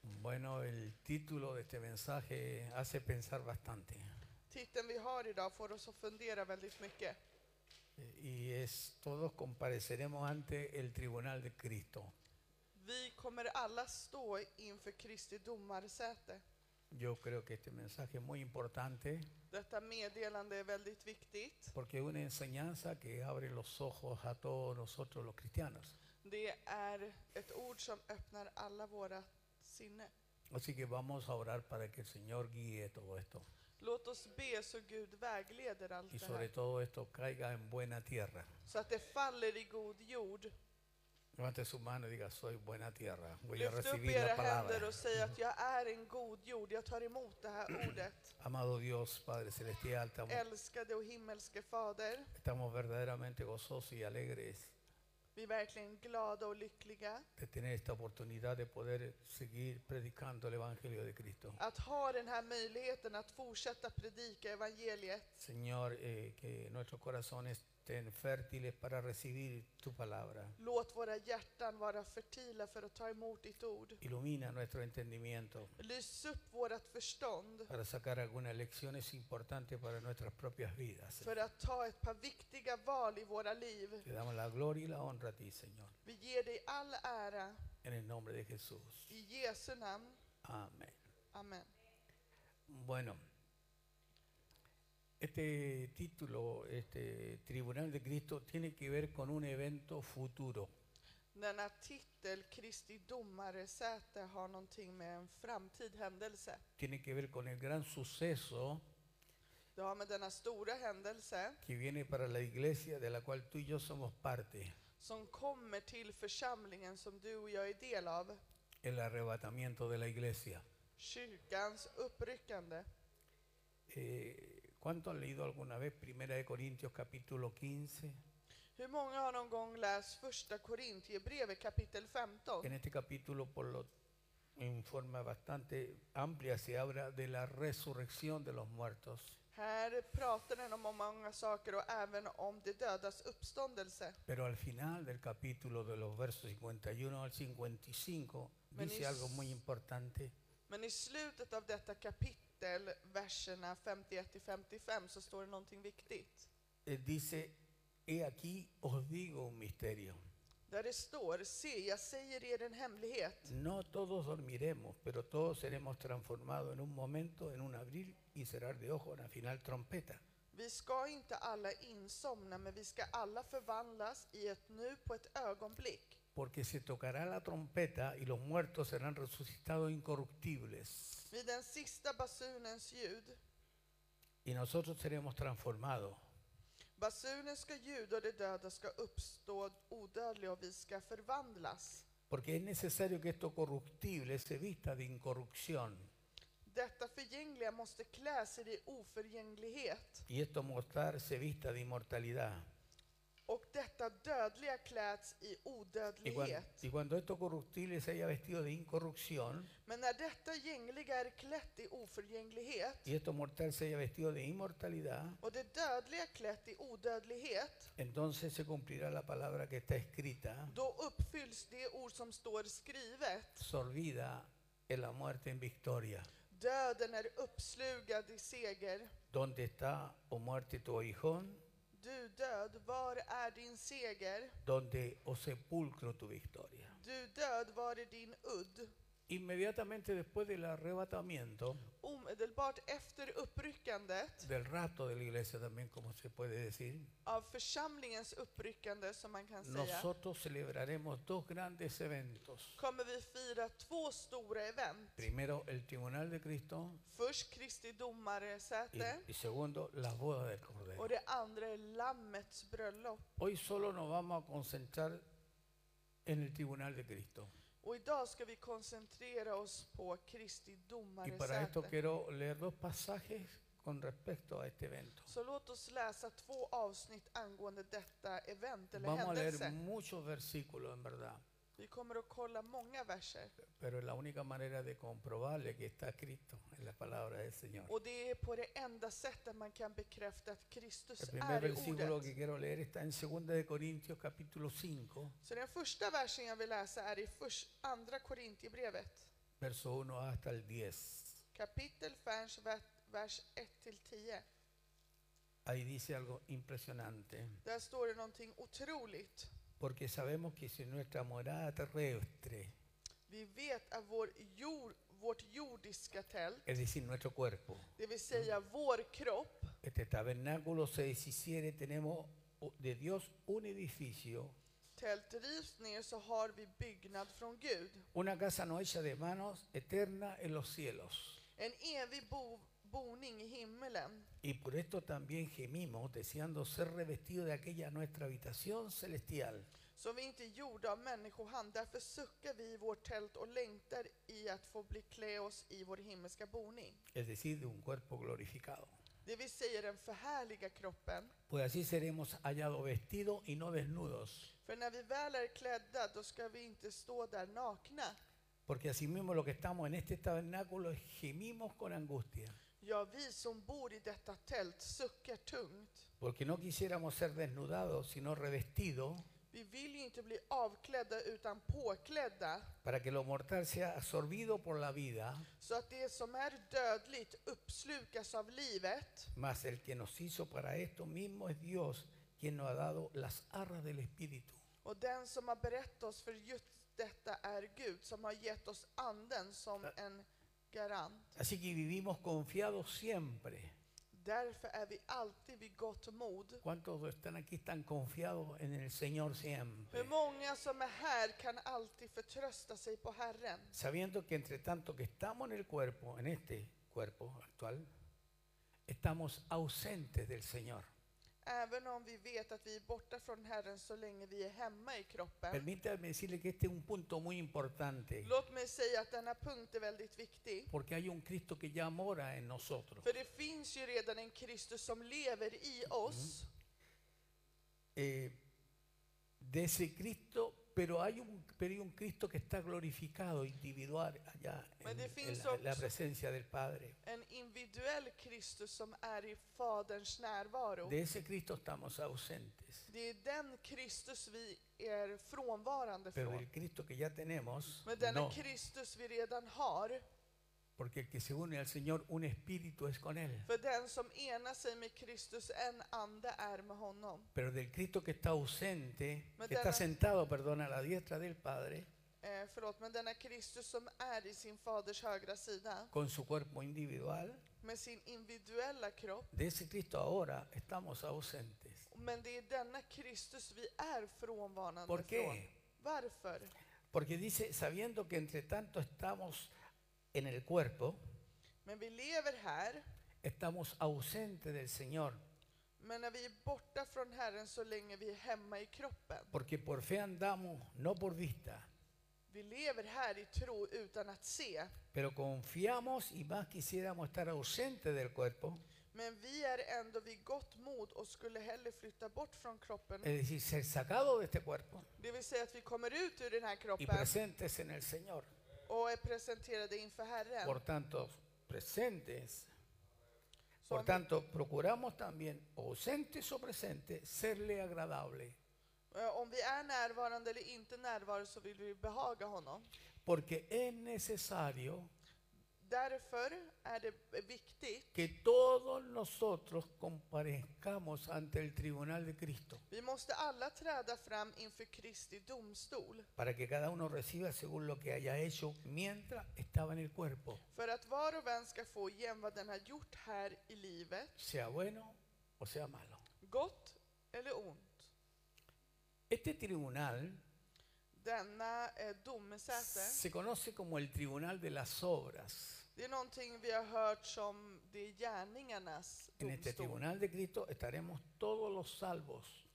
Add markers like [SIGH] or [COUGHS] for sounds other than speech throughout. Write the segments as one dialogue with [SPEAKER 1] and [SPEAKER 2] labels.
[SPEAKER 1] Bueno, el título de este mensaje hace pensar bastante
[SPEAKER 2] Titeln vi har idag får oss att fundera väldigt mycket.
[SPEAKER 1] Eh, y es todos compareceremos ante el tribunal de Cristo.
[SPEAKER 2] Vi kommer alla stå inför Kristi domarsäte.
[SPEAKER 1] Yo creo que este mensaje es muy importante
[SPEAKER 2] Detta meddelande är väldigt viktigt.
[SPEAKER 1] porque es una enseñanza que abre los ojos a todos nosotros los cristianos.
[SPEAKER 2] Det är ett ord som öppnar alla våra sinne.
[SPEAKER 1] Así que vamos a orar para que el Señor guíe todo esto
[SPEAKER 2] Låt oss be så Gud vägleder allt
[SPEAKER 1] y
[SPEAKER 2] det
[SPEAKER 1] sobre
[SPEAKER 2] här.
[SPEAKER 1] todo esto caiga en buena tierra.
[SPEAKER 2] Så att det faller i god jord.
[SPEAKER 1] Levante su mano y diga, soy buena tierra. Voy a
[SPEAKER 2] Lyft upp
[SPEAKER 1] recibir la
[SPEAKER 2] era händer
[SPEAKER 1] palabra.
[SPEAKER 2] och säg att jag är en god jord. Jag tar emot det här ordet.
[SPEAKER 1] Amado Dios, Padre Celestial, estamos,
[SPEAKER 2] Älskade och himmelske Fader,
[SPEAKER 1] estamos verdaderamente gozosos y alegres
[SPEAKER 2] vi är verkligen glada och lyckliga
[SPEAKER 1] de tener esta oportunidad de poder seguir predicando el Evangelio de Cristo.
[SPEAKER 2] att ha den här möjligheten att fortsätta predika evangeliet.
[SPEAKER 1] Señor, eh, que nuestros corazones estén fértiles para recibir tu palabra.
[SPEAKER 2] Låt våra hjärtan vara fertila för att ta emot ditt ord.
[SPEAKER 1] Ilumina nuestro entendimiento
[SPEAKER 2] Lys upp vårt förstånd
[SPEAKER 1] para sacar algunas lecciones importantes para nuestras propias vidas.
[SPEAKER 2] för att ta ett par viktiga val i våra liv.
[SPEAKER 1] Te damos la gloria y la honra a ti, Señor.
[SPEAKER 2] Vi ger dig all ära
[SPEAKER 1] En el nombre de Jesús.
[SPEAKER 2] i Jesu namn.
[SPEAKER 1] Amén.
[SPEAKER 2] Amen.
[SPEAKER 1] Bueno, este título, este Tribunal de Cristo, tiene que ver con un evento futuro.
[SPEAKER 2] Denna titel, Kristi domaresäte, har någonting med en framtid händelse.
[SPEAKER 1] Tiene que ver con el gran suceso
[SPEAKER 2] Det har med denna stora händelse
[SPEAKER 1] que viene para la iglesia de la cual tú y yo somos parte,
[SPEAKER 2] som kommer till församlingen som du och jag är del av,
[SPEAKER 1] el arrebatamiento de la iglesia.
[SPEAKER 2] kyrkans uppryckande.
[SPEAKER 1] Eh, ¿Cuánto han leído alguna vez Primera de Corintios capítulo 15?
[SPEAKER 2] Hur många har någon gång läst första Korintierbrevet kapitel 15?
[SPEAKER 1] En este capítulo, por lo en forma bastante amplia, se habla de la resurrección de los muertos.
[SPEAKER 2] Här pratar den om många saker och även om de dödas uppståndelse.
[SPEAKER 1] Pero al final del capítulo de los versos 51 al 55
[SPEAKER 2] Men
[SPEAKER 1] dice
[SPEAKER 2] es-
[SPEAKER 1] algo muy importante.
[SPEAKER 2] Men i slutet av detta kapitel, verserna 51 till 55, så står det någonting viktigt.
[SPEAKER 1] Eh, dice, he aquí os digo un misterio.
[SPEAKER 2] Där det står, se, jag säger er en hemlighet.
[SPEAKER 1] No todos dormiremos, pero todos seremos transformados en un momento, en un abrir y cerrar de ojos, en la final trompeta.
[SPEAKER 2] Vi ska inte alla insomna, men vi ska alla förvandlas i ett nu på ett ögonblick.
[SPEAKER 1] Porque se tocará la trompeta y los muertos serán resucitados incorruptibles.
[SPEAKER 2] Vid den sista basunens ljud.
[SPEAKER 1] Y nosotros seremos transformados.
[SPEAKER 2] Basunen ska ljuda och de döda ska uppstå odödliga och vi ska förvandlas.
[SPEAKER 1] Porque es necesario que esto corruptible se vista de incorrupción.
[SPEAKER 2] Detta förgängliga måste klä sig i oförgänglighet
[SPEAKER 1] y esto mortal se vista de inmortalidad.
[SPEAKER 2] och detta dödliga kläds i
[SPEAKER 1] Y cuan- y cuando,
[SPEAKER 2] odödlighet.
[SPEAKER 1] esto corruptible se haya vestido de incorrupción
[SPEAKER 2] Men när detta gängliga är klätt i oförgänglighet
[SPEAKER 1] y esto mortal se haya vestido de inmortalidad,
[SPEAKER 2] och det dödliga klätt i odödlighet,
[SPEAKER 1] entonces se cumplirá la palabra que está escrita,
[SPEAKER 2] då uppfylls det ord som står skrivet.
[SPEAKER 1] sorbida en la muerte en victoria.
[SPEAKER 2] Döden är uppslugad i seger.
[SPEAKER 1] ¿Dónde está, o muerte, tu aguijón?
[SPEAKER 2] Du död, var är din seger?
[SPEAKER 1] ¿Dónde, o sepulcro, tu victoria?
[SPEAKER 2] Du död, var är din udd?
[SPEAKER 1] Inmediatamente después del arrebatamiento,
[SPEAKER 2] Omedelbart efter uppryckandet
[SPEAKER 1] del rato de la iglesia también, como se puede decir,
[SPEAKER 2] av församlingens uppryckande, som man kan säga,
[SPEAKER 1] nosotros celebraremos dos grandes eventos.
[SPEAKER 2] kommer vi fira två stora event.
[SPEAKER 1] Primero, el tribunal de Cristo.
[SPEAKER 2] Först Kristi
[SPEAKER 1] Y,
[SPEAKER 2] domaresäte
[SPEAKER 1] y segundo, la boda del Cordero.
[SPEAKER 2] och det andra är Lammets bröllop.
[SPEAKER 1] Hoy solo nos vamos a concentrar en el tribunal de Cristo.
[SPEAKER 2] Och idag ska vi koncentrera oss på Kristi
[SPEAKER 1] Y para esto
[SPEAKER 2] domaresäte.
[SPEAKER 1] quiero leer dos pasajes con respecto a este evento.
[SPEAKER 2] Så låt oss läsa två avsnitt angående detta event eller
[SPEAKER 1] Vamos a leer
[SPEAKER 2] händelse.
[SPEAKER 1] muchos versículos, en verdad.
[SPEAKER 2] Vi kommer att kolla många verser.
[SPEAKER 1] Pero es la única manera de comprobarle que está escrito en la palabra del Señor.
[SPEAKER 2] Och det är på det enda sättet man kan bekräfta att
[SPEAKER 1] El
[SPEAKER 2] Kristus
[SPEAKER 1] primer
[SPEAKER 2] är i
[SPEAKER 1] versículo
[SPEAKER 2] ordet.
[SPEAKER 1] que quiero leer está en 2 de Corintios capítulo 5,
[SPEAKER 2] Så den första versen jag vill läsa är i förs- andra Korintierbrevet
[SPEAKER 1] verso 1 hasta el 10.
[SPEAKER 2] Kapitel 5, vers- vers 1-10.
[SPEAKER 1] Ahí dice algo impresionante.
[SPEAKER 2] Där står det någonting otroligt.
[SPEAKER 1] Porque sabemos que si nuestra morada terrestre,
[SPEAKER 2] Vi vet att vår jord, vårt jordiska tält,
[SPEAKER 1] es decir, nuestro cuerpo,
[SPEAKER 2] det vill säga vår kropp,
[SPEAKER 1] este tabernáculo se deshiciere, tenemos u- de Dios un edificio,
[SPEAKER 2] tält rivs ner så har vi byggnad från Gud.
[SPEAKER 1] una casa no hecha de manos, eterna en los cielos.
[SPEAKER 2] En evig bo, boning i himmelen.
[SPEAKER 1] Y por esto también gemimos, deseando ser revestidos de aquella nuestra habitación celestial,
[SPEAKER 2] som vi inte är gjorda av människohand. Därför suckar vi i vårt tält och längtar i att få bli klä oss i vår himmelska boning.
[SPEAKER 1] es decir, de un cuerpo glorificado.
[SPEAKER 2] Det vill säga den förhärliga kroppen.
[SPEAKER 1] Pues así seremos hallados vestidos y no desnudos.
[SPEAKER 2] För när vi väl är klädda, då ska vi inte stå där nakna.
[SPEAKER 1] Porque asimismo lo que estamos en este tabernáculo gemimos con angustia,
[SPEAKER 2] Ja, vi som bor i detta tält suckar tungt.
[SPEAKER 1] porque no quisiéramos ser desnudados, sino revestidos,
[SPEAKER 2] Vi vill ju inte bli avklädda utan påklädda,
[SPEAKER 1] para que lo mortal sea absorbido por la vida,
[SPEAKER 2] så att det som är dödligt uppslukas av livet.
[SPEAKER 1] mas el que nos hizo para esto mismo es Dios, quien nos ha dado las arras del Espíritu.
[SPEAKER 2] Och den som har berett oss för just detta är Gud, som har gett oss anden som en garant.
[SPEAKER 1] Así que vivimos confiados siempre.
[SPEAKER 2] Därför är vi alltid vid gott mod.
[SPEAKER 1] ¿Cuántos están aquí están confiados en el Señor
[SPEAKER 2] Hur
[SPEAKER 1] siempre?
[SPEAKER 2] många som är här kan alltid förtrösta sig på Herren,
[SPEAKER 1] Sabiendo que entre tanto que estamos en el cuerpo, en este cuerpo actual, estamos ausentes del Señor.
[SPEAKER 2] även om vi vet att vi är borta från Herren så länge vi är hemma i kroppen.
[SPEAKER 1] Permítame decirle que este es un punto muy importante,
[SPEAKER 2] Låt mig säga att denna punkt är väldigt viktig.
[SPEAKER 1] porque hay un Cristo que ya mora en nosotros.
[SPEAKER 2] För det finns ju redan en Kristus som lever i oss.
[SPEAKER 1] eh, de ese Cristo, pero hay un, pero hay un Cristo que está glorificado, individual, allá
[SPEAKER 2] Men
[SPEAKER 1] en,
[SPEAKER 2] det
[SPEAKER 1] en
[SPEAKER 2] finns
[SPEAKER 1] la, la
[SPEAKER 2] också-
[SPEAKER 1] presencia del Padre.
[SPEAKER 2] En individuell Kristus som är i Faderns närvaro.
[SPEAKER 1] De ese Cristo estamos ausentes,
[SPEAKER 2] Det är den Kristus vi är frånvarande
[SPEAKER 1] pero
[SPEAKER 2] från.
[SPEAKER 1] del Cristo que ya tenemos,
[SPEAKER 2] Men denna
[SPEAKER 1] no,
[SPEAKER 2] Kristus vi redan har,
[SPEAKER 1] porque el que se une al Señor, un espíritu es con Él.
[SPEAKER 2] för den som enar sig med Kristus, en ande är med honom.
[SPEAKER 1] Pero del Cristo que está ausente,
[SPEAKER 2] Men
[SPEAKER 1] que está
[SPEAKER 2] denna-
[SPEAKER 1] sentado, perdón, a la diestra del Padre,
[SPEAKER 2] Eh, förlåt, men denna Kristus som är i sin faders högra sida,
[SPEAKER 1] con su cuerpo individual,
[SPEAKER 2] med sin individuella kropp,
[SPEAKER 1] de ese Cristo ahora estamos ausentes.
[SPEAKER 2] men det är denna Kristus vi är frånvarande
[SPEAKER 1] ¿Por
[SPEAKER 2] från.
[SPEAKER 1] qué?
[SPEAKER 2] Varför?
[SPEAKER 1] Porque dice, sabiendo que entre tanto estamos en el cuerpo,
[SPEAKER 2] Men vi lever här,
[SPEAKER 1] estamos ausentes del Señor,
[SPEAKER 2] men när vi är borta från Herren så länge vi är hemma i kroppen.
[SPEAKER 1] porque por fe andamos, no por vista,
[SPEAKER 2] Vi lever här i tro utan att se.
[SPEAKER 1] pero confiamos y más quisiéramos estar ausentes del cuerpo,
[SPEAKER 2] Men vi är ändå vid gott mod och skulle hellre flytta bort från kroppen.
[SPEAKER 1] es decir, ser sacados de este cuerpo
[SPEAKER 2] Det vill säga att vi kommer ut ur den här
[SPEAKER 1] y
[SPEAKER 2] kroppen
[SPEAKER 1] presentes en el Señor.
[SPEAKER 2] och är presenterade inför
[SPEAKER 1] Por
[SPEAKER 2] Herren.
[SPEAKER 1] tanto, presentes.
[SPEAKER 2] Så
[SPEAKER 1] Por
[SPEAKER 2] om vi-
[SPEAKER 1] tanto, procuramos también, ausentes o presentes, serle agradable.
[SPEAKER 2] eh, om vi är närvarande eller inte närvarande så vill vi behaga honom.
[SPEAKER 1] Porque es necesario
[SPEAKER 2] Därför är det viktigt.
[SPEAKER 1] que todos nosotros comparezcamos ante el tribunal de Cristo,
[SPEAKER 2] Vi måste alla träda fram inför Kristi domstol
[SPEAKER 1] para que cada uno reciba según lo que haya hecho mientras estaba en el cuerpo,
[SPEAKER 2] för att var och en ska få igen vad den har gjort här i livet,
[SPEAKER 1] sea bueno o sea malo.
[SPEAKER 2] gott eller ont.
[SPEAKER 1] Este tribunal
[SPEAKER 2] Denna eh, domsäte
[SPEAKER 1] se conoce como el tribunal de las obras.
[SPEAKER 2] Det är någonting vi har hört som det är gärningarnas
[SPEAKER 1] En este
[SPEAKER 2] domstol.
[SPEAKER 1] tribunal de Cristo estaremos todos los salvos.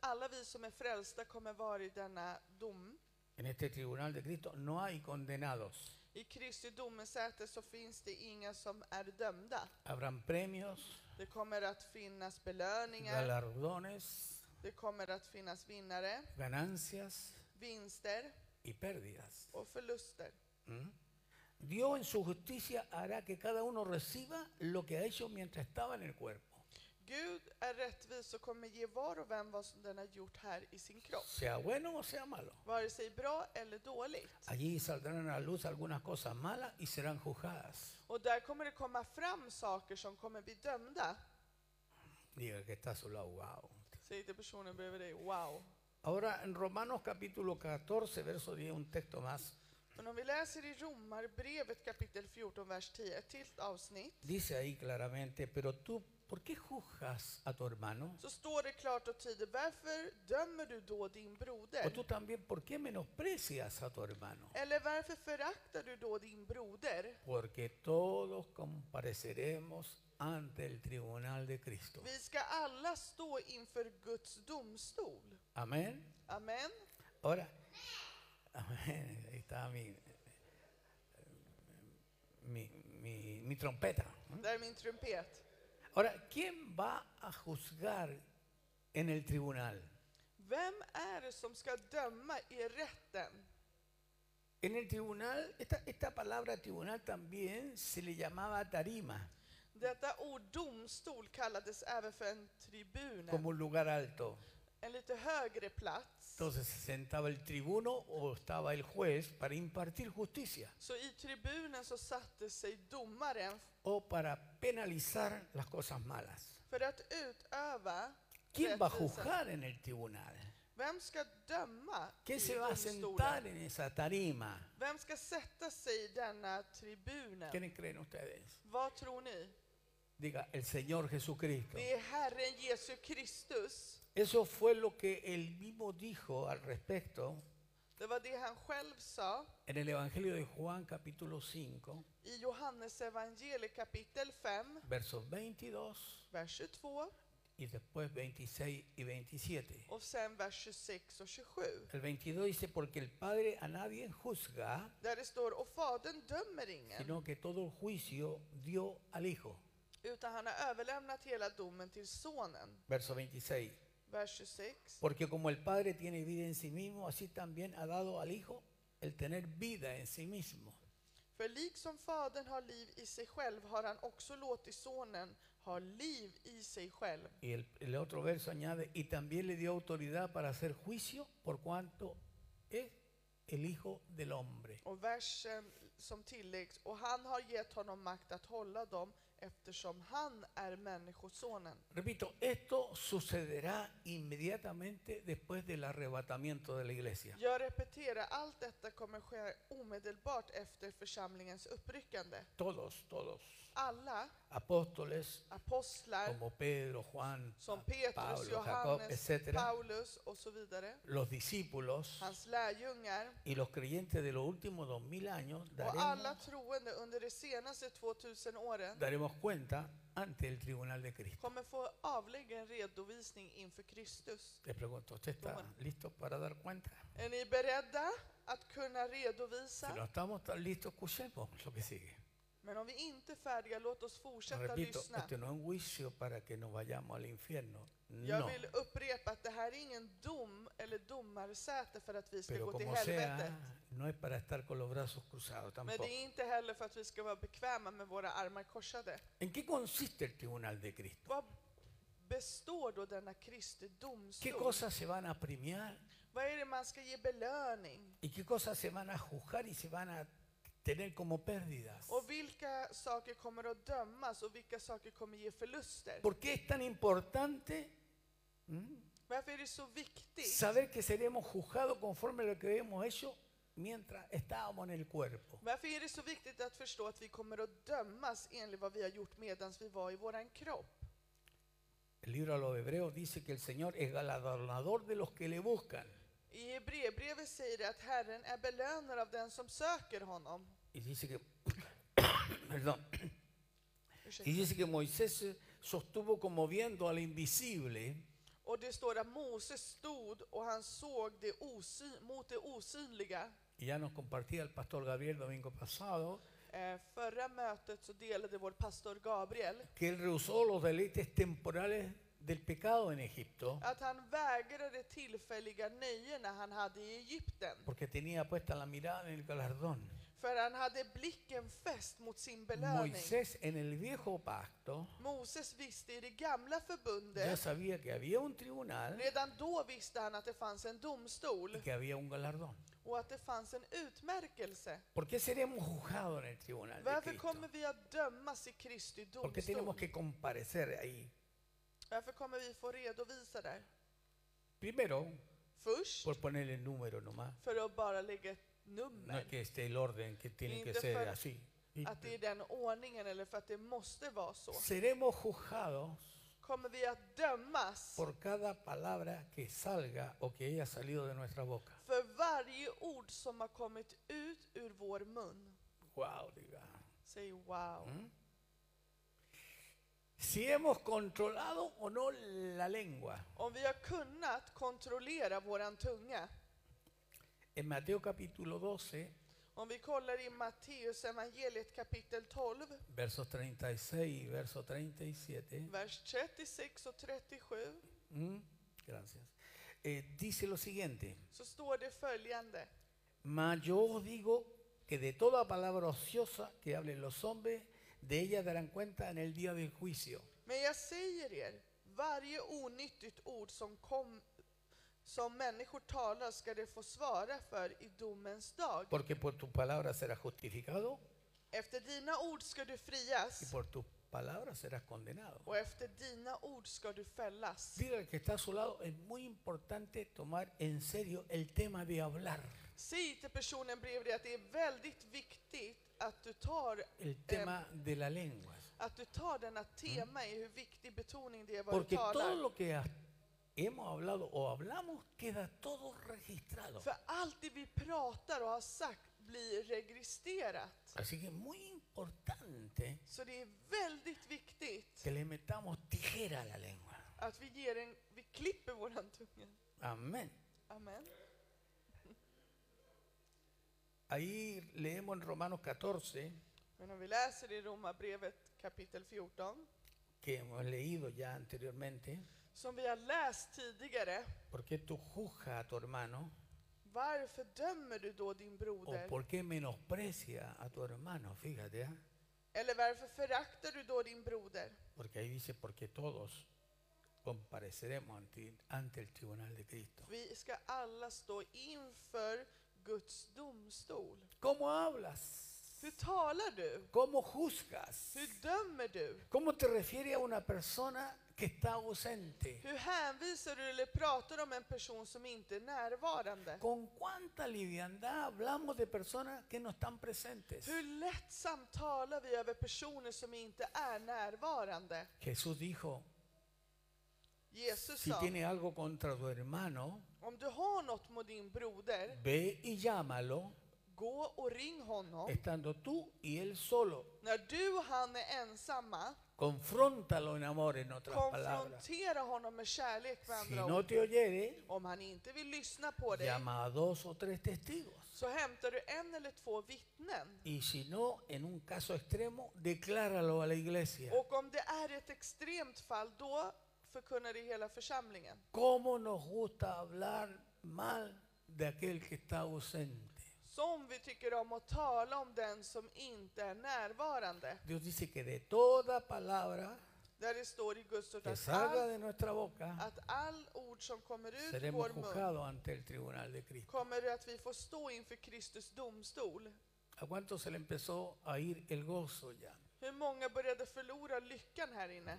[SPEAKER 2] Alla vi som är frälsta kommer vara i denna dom.
[SPEAKER 1] En este tribunal de Cristo no hay condenados.
[SPEAKER 2] I Kristi domesäte så finns det inga som är dömda.
[SPEAKER 1] Habrán premios,
[SPEAKER 2] Det kommer att finnas belöningar,
[SPEAKER 1] galardones,
[SPEAKER 2] det kommer att finnas vinnare,
[SPEAKER 1] ganancias
[SPEAKER 2] vinster
[SPEAKER 1] y pérdidas.
[SPEAKER 2] och förluster.
[SPEAKER 1] ¿Mm? Dios en su justicia hará que cada uno reciba lo que ha hecho mientras estaba en el cuerpo.
[SPEAKER 2] Gud är rättvis och kommer ge var och vem vad som den har gjort här i sin kropp,
[SPEAKER 1] sea bueno o sea malo.
[SPEAKER 2] vare sig bra eller dåligt.
[SPEAKER 1] Allí saldrán a la luz algunas cosas malas y serán juzgadas.
[SPEAKER 2] Och där kommer det komma fram saker som kommer bli dömda,
[SPEAKER 1] Diga que está a su lado, wow.
[SPEAKER 2] säger till personen bredvid dig. Wow!
[SPEAKER 1] Ahora en Romanos capítulo 14, verso 10, un texto más,
[SPEAKER 2] Men om vi läser i Romarbrevet kapitel 14, vers 10, ett till avsnitt,
[SPEAKER 1] dice ahí claramente, pero tú, ¿por qué juzgas a tu hermano?
[SPEAKER 2] så står det klart och tydligt, varför dömer du då din
[SPEAKER 1] O
[SPEAKER 2] broder?
[SPEAKER 1] tú también, ¿por qué menosprecias a tu hermano?
[SPEAKER 2] Eller varför föraktar du då din broder?
[SPEAKER 1] Porque todos compareceremos ante el tribunal de Cristo.
[SPEAKER 2] Vi ska alla stå inför Guds domstol.
[SPEAKER 1] Amén.
[SPEAKER 2] Amen.
[SPEAKER 1] Ahora, amén, ahí está mi, mi, mi- mi trompeta. ¿eh?
[SPEAKER 2] Där är min trumpet.
[SPEAKER 1] Ahora, ¿quién va a juzgar en el tribunal?
[SPEAKER 2] Vem är det som ska döma i rätten?
[SPEAKER 1] En el tribunal, esta, esta palabra tribunal también se le llamaba tarima,
[SPEAKER 2] Detta ord domstol kallades även för en tribun,
[SPEAKER 1] como un lugar alto.
[SPEAKER 2] en lite högre plats.
[SPEAKER 1] Entonces se sentaba el tribuno o estaba el juez para impartir justicia
[SPEAKER 2] Så i tribunen så satte sig domaren
[SPEAKER 1] o para penalizar las cosas malas.
[SPEAKER 2] för att utöva
[SPEAKER 1] ¿Quién va a
[SPEAKER 2] rättvisa.
[SPEAKER 1] juzgar en el tribunal?
[SPEAKER 2] Vem ska döma i
[SPEAKER 1] ¿Quién se va a
[SPEAKER 2] domstolen?
[SPEAKER 1] sentar en esa tarima?
[SPEAKER 2] Vem ska sätta sig i denna tribunen?
[SPEAKER 1] ¿Quiénes creen ustedes?
[SPEAKER 2] Vad tror ni?
[SPEAKER 1] Diga, el Señor Jesucristo.
[SPEAKER 2] Det är Herren Jesu Kristus.
[SPEAKER 1] Eso fue lo que él mismo dijo al respecto
[SPEAKER 2] Det var det han själv sa
[SPEAKER 1] en el Evangelio de Juan capítulo 5,
[SPEAKER 2] i Johannes evangeliet kapitel 5,
[SPEAKER 1] versos 22
[SPEAKER 2] vers 22
[SPEAKER 1] y después 26 y 27.
[SPEAKER 2] och sen vers 26 och 27.
[SPEAKER 1] El 22 dice, porque el Padre a nadie juzga,
[SPEAKER 2] Där det står, och Fadern dömer ingen,
[SPEAKER 1] sino que todo el juicio dio al Hijo.
[SPEAKER 2] utan han har överlämnat hela domen till Sonen.
[SPEAKER 1] Verso 26.
[SPEAKER 2] Vers 26.
[SPEAKER 1] Porque como el Padre tiene vida en sí mismo, así también ha dado al Hijo el tener vida en sí mismo.
[SPEAKER 2] För liksom Fadern har liv i sig själv har han också låtit Sonen ha liv i sig själv.
[SPEAKER 1] Y el, el otro verso añade, y también le dio autoridad para hacer juicio por cuanto es el Hijo del Hombre.
[SPEAKER 2] Och versen som tilläggs, och han har gett honom makt att hålla dem eftersom han är Människosonen.
[SPEAKER 1] Repito, esto sucederá inmediatamente después del arrebatamiento de la iglesia.
[SPEAKER 2] Jag repeterar, allt detta kommer ske omedelbart efter församlingens uppryckande.
[SPEAKER 1] Todos, todos,
[SPEAKER 2] Alla
[SPEAKER 1] apóstoles
[SPEAKER 2] apostlar,
[SPEAKER 1] como Pedro, Juan,
[SPEAKER 2] som
[SPEAKER 1] Pa-
[SPEAKER 2] Petrus,
[SPEAKER 1] Pablo, Jacob,
[SPEAKER 2] Johannes,
[SPEAKER 1] etcétera,
[SPEAKER 2] Paulus och så vidare,
[SPEAKER 1] los discípulos
[SPEAKER 2] hans lärjungar
[SPEAKER 1] y los creyentes de los últimos dos mil años
[SPEAKER 2] och alla
[SPEAKER 1] daremos,
[SPEAKER 2] troende under de senaste 2000 åren
[SPEAKER 1] daremos cuenta ante el tribunal de Cristo.
[SPEAKER 2] kommer få avlägga en redovisning inför Kristus.
[SPEAKER 1] Les pregunto, ¿usted está
[SPEAKER 2] Bueno.
[SPEAKER 1] listo para dar cuenta?
[SPEAKER 2] Är ni beredda att kunna
[SPEAKER 1] Si no
[SPEAKER 2] redovisa?
[SPEAKER 1] estamos tan listos, escuchemos lo que sigue.
[SPEAKER 2] Men om vi inte är färdiga, låt oss fortsätta
[SPEAKER 1] Repito,
[SPEAKER 2] lyssna.
[SPEAKER 1] este no es un juicio para que nos vayamos al infierno.
[SPEAKER 2] Jag
[SPEAKER 1] No.
[SPEAKER 2] vill upprepa att det här är ingen dom eller domarsäte för att vi ska
[SPEAKER 1] Pero
[SPEAKER 2] gå till
[SPEAKER 1] como
[SPEAKER 2] helvetet.
[SPEAKER 1] sea, no es para estar con los brazos cruzados
[SPEAKER 2] Men
[SPEAKER 1] tampoco.
[SPEAKER 2] det är inte heller för att vi ska vara bekväma med våra armar korsade.
[SPEAKER 1] ¿En qué consiste el tribunal de Cristo?
[SPEAKER 2] Vad består då denna Kristi
[SPEAKER 1] ¿Qué
[SPEAKER 2] domstol?
[SPEAKER 1] cosas se van a premiar
[SPEAKER 2] Vad är det man ska ge belöning?
[SPEAKER 1] y qué cosas se van a juzgar y se van a tener como pérdidas?
[SPEAKER 2] Och vilka saker kommer att dömas och vilka saker kommer ge förluster?
[SPEAKER 1] ¿Por qué es tan importante mm,
[SPEAKER 2] Varför är det så viktigt?
[SPEAKER 1] saber que seremos juzgados conforme a lo que hemos hecho mientras estábamos en el cuerpo?
[SPEAKER 2] Varför är det så viktigt att förstå att vi kommer att dömas enligt vad vi har gjort medan vi var i våran kropp?
[SPEAKER 1] El libro a los hebreos dice que el Señor es galardonador de los que le buscan.
[SPEAKER 2] I Hebreerbrevet säger det att Herren är belönare av den som söker honom.
[SPEAKER 1] Y dice que, [COUGHS] perdón, y
[SPEAKER 2] Ursäkta.
[SPEAKER 1] dice que Moisés se sostuvo como viendo al invisible
[SPEAKER 2] Och det står att Moses stod och han såg det osy- mot det osynliga.
[SPEAKER 1] y ya nos compartía el pastor Gabriel domingo pasado
[SPEAKER 2] Eh, förra mötet så delade vår pastor Gabriel
[SPEAKER 1] que él rehusó los deleites temporales del pecado en Egipto
[SPEAKER 2] att han vägrade tillfälliga nöjena han hade i Egypten
[SPEAKER 1] porque tenía puesta la mirada en el galardón.
[SPEAKER 2] För han hade blicken fäst mot sin belöning.
[SPEAKER 1] Moisés en el viejo pacto
[SPEAKER 2] Moses visste i det gamla
[SPEAKER 1] ya
[SPEAKER 2] förbundet,
[SPEAKER 1] sabía que había un tribunal
[SPEAKER 2] redan då visste han att det fanns en
[SPEAKER 1] y
[SPEAKER 2] domstol
[SPEAKER 1] que había un galardón.
[SPEAKER 2] och att det fanns en utmärkelse.
[SPEAKER 1] ¿Por qué seremos juzgados en el tribunal de
[SPEAKER 2] Varför
[SPEAKER 1] Cristo?
[SPEAKER 2] kommer vi att dömas i Kristi
[SPEAKER 1] ¿Por qué tenemos
[SPEAKER 2] domstol?
[SPEAKER 1] que comparecer ahí?
[SPEAKER 2] Varför kommer vi få redovisa där?
[SPEAKER 1] Primero,
[SPEAKER 2] Först,
[SPEAKER 1] por ponerle número nomás.
[SPEAKER 2] för att bara lägga ett
[SPEAKER 1] No es
[SPEAKER 2] nummer.
[SPEAKER 1] que esté el orden que tiene que ser así. Y
[SPEAKER 2] Att det är den ordningen eller för att det måste vara så.
[SPEAKER 1] seremos juzgados
[SPEAKER 2] Kommer vi att dömas
[SPEAKER 1] por cada palabra que salga o que haya salido de nuestra boca.
[SPEAKER 2] för varje ord som har kommit ut ur vår mun?
[SPEAKER 1] Wow, diga.
[SPEAKER 2] Säg wow.
[SPEAKER 1] ¿Mm? Si hemos controlado o no la lengua.
[SPEAKER 2] Om vi har kunnat kontrollera våran tunga.
[SPEAKER 1] En Mateo capítulo 12,
[SPEAKER 2] Om vi kollar i Matteus evangeliet kapitel 12,
[SPEAKER 1] versos 36 y verso 37.
[SPEAKER 2] vers 36 och 37,
[SPEAKER 1] ¿Mm? Gracias. Eh, dice lo siguiente.
[SPEAKER 2] så står det följande.
[SPEAKER 1] Mas yo os digo que de toda palabra ociosa que hablen los hombres, de ella darán cuenta en el día del juicio.
[SPEAKER 2] Men jag säger er, varje onyttigt ord som, kom, som människor talar ska de få svara för i domens dag.
[SPEAKER 1] Porque por tus palabras serás justificado
[SPEAKER 2] Efter dina ord ska du
[SPEAKER 1] y
[SPEAKER 2] frias
[SPEAKER 1] por tus palabras serás condenado.
[SPEAKER 2] och efter dina ord ska du fällas.
[SPEAKER 1] Diga al que está a su lado, es muy importante tomar en serio el tema de hablar,
[SPEAKER 2] Säg till personen bredvid dig att det är väldigt viktigt att du tar,
[SPEAKER 1] el tema de la lengua.
[SPEAKER 2] att du tar denna tema i hur viktig betoning det är vad du
[SPEAKER 1] Porque todo
[SPEAKER 2] talar.
[SPEAKER 1] lo que ha- hemos hablado o hablamos queda todo registrado.
[SPEAKER 2] För allt det vi pratar och har sagt blir registrerat.
[SPEAKER 1] Así que es muy importante
[SPEAKER 2] Så det är väldigt viktigt
[SPEAKER 1] que le metamos tijera a la lengua.
[SPEAKER 2] att vi ger en, vi klipper våran tunga.
[SPEAKER 1] Amén.
[SPEAKER 2] Amen.
[SPEAKER 1] Ahí leemos en Romanos 14,
[SPEAKER 2] Men om vi läser i Romarbrevet kapitel 14,
[SPEAKER 1] que hemos leído ya anteriormente,
[SPEAKER 2] som vi har läst tidigare,
[SPEAKER 1] ¿por qué tú juzgas a tu hermano?
[SPEAKER 2] varför dömer du då din
[SPEAKER 1] ¿O
[SPEAKER 2] broder?
[SPEAKER 1] por qué menosprecia a tu hermano? Fíjate, ¿ah?
[SPEAKER 2] Eller varför föraktar du då din broder?
[SPEAKER 1] porque ahí dice, porque todos compareceremos ante, ante el tribunal de Cristo.
[SPEAKER 2] Vi ska alla stå inför Guds domstol.
[SPEAKER 1] ¿Cómo hablas?
[SPEAKER 2] Hur talar du?
[SPEAKER 1] ¿Cómo juzgas?
[SPEAKER 2] Hur dömer du?
[SPEAKER 1] ¿Cómo te refieres a una persona que está ausente?
[SPEAKER 2] Hur hänvisar du eller pratar om en person som inte är närvarande?
[SPEAKER 1] ¿Con cuánta liviandad hablamos de personas que no están presentes?
[SPEAKER 2] Hur lättsamt talar vi över personer som inte är närvarande?
[SPEAKER 1] Jesús dijo,
[SPEAKER 2] Jesus
[SPEAKER 1] si
[SPEAKER 2] sa,
[SPEAKER 1] tiene algo contra tu hermano,
[SPEAKER 2] om du har något mot din broder,
[SPEAKER 1] ve y llámalo,
[SPEAKER 2] gå och ring honom.
[SPEAKER 1] estando tú y él solo.
[SPEAKER 2] När du och han är ensamma,
[SPEAKER 1] Confróntalo en amor, en otras palabras.
[SPEAKER 2] konfrontera honom med kärlek med
[SPEAKER 1] Si
[SPEAKER 2] andra
[SPEAKER 1] no
[SPEAKER 2] ord.
[SPEAKER 1] te oyere,
[SPEAKER 2] Om han inte vill lyssna på dig,
[SPEAKER 1] llama a dos o tres testigos.
[SPEAKER 2] så hämtar du en eller två vittnen.
[SPEAKER 1] Y si no, en un caso extremo, decláralo a la iglesia.
[SPEAKER 2] Och om det är ett extremt fall, då förkunnar det hela församlingen.
[SPEAKER 1] ¿Cómo nos gusta hablar mal de aquel que está ausente?
[SPEAKER 2] Som vi tycker om att tala om den som inte är närvarande.
[SPEAKER 1] Dios dice que de toda palabra
[SPEAKER 2] Där det står i Guds ord
[SPEAKER 1] que
[SPEAKER 2] att
[SPEAKER 1] salga
[SPEAKER 2] all,
[SPEAKER 1] de nuestra boca,
[SPEAKER 2] att all ord som kommer ut
[SPEAKER 1] seremos
[SPEAKER 2] vår mun
[SPEAKER 1] juzgados ante el tribunal de Cristo.
[SPEAKER 2] kommer att vi får stå inför Kristus domstol.
[SPEAKER 1] ¿A cuánto se le empezó a ir el gozo ya?
[SPEAKER 2] Hur många började förlora lyckan här inne?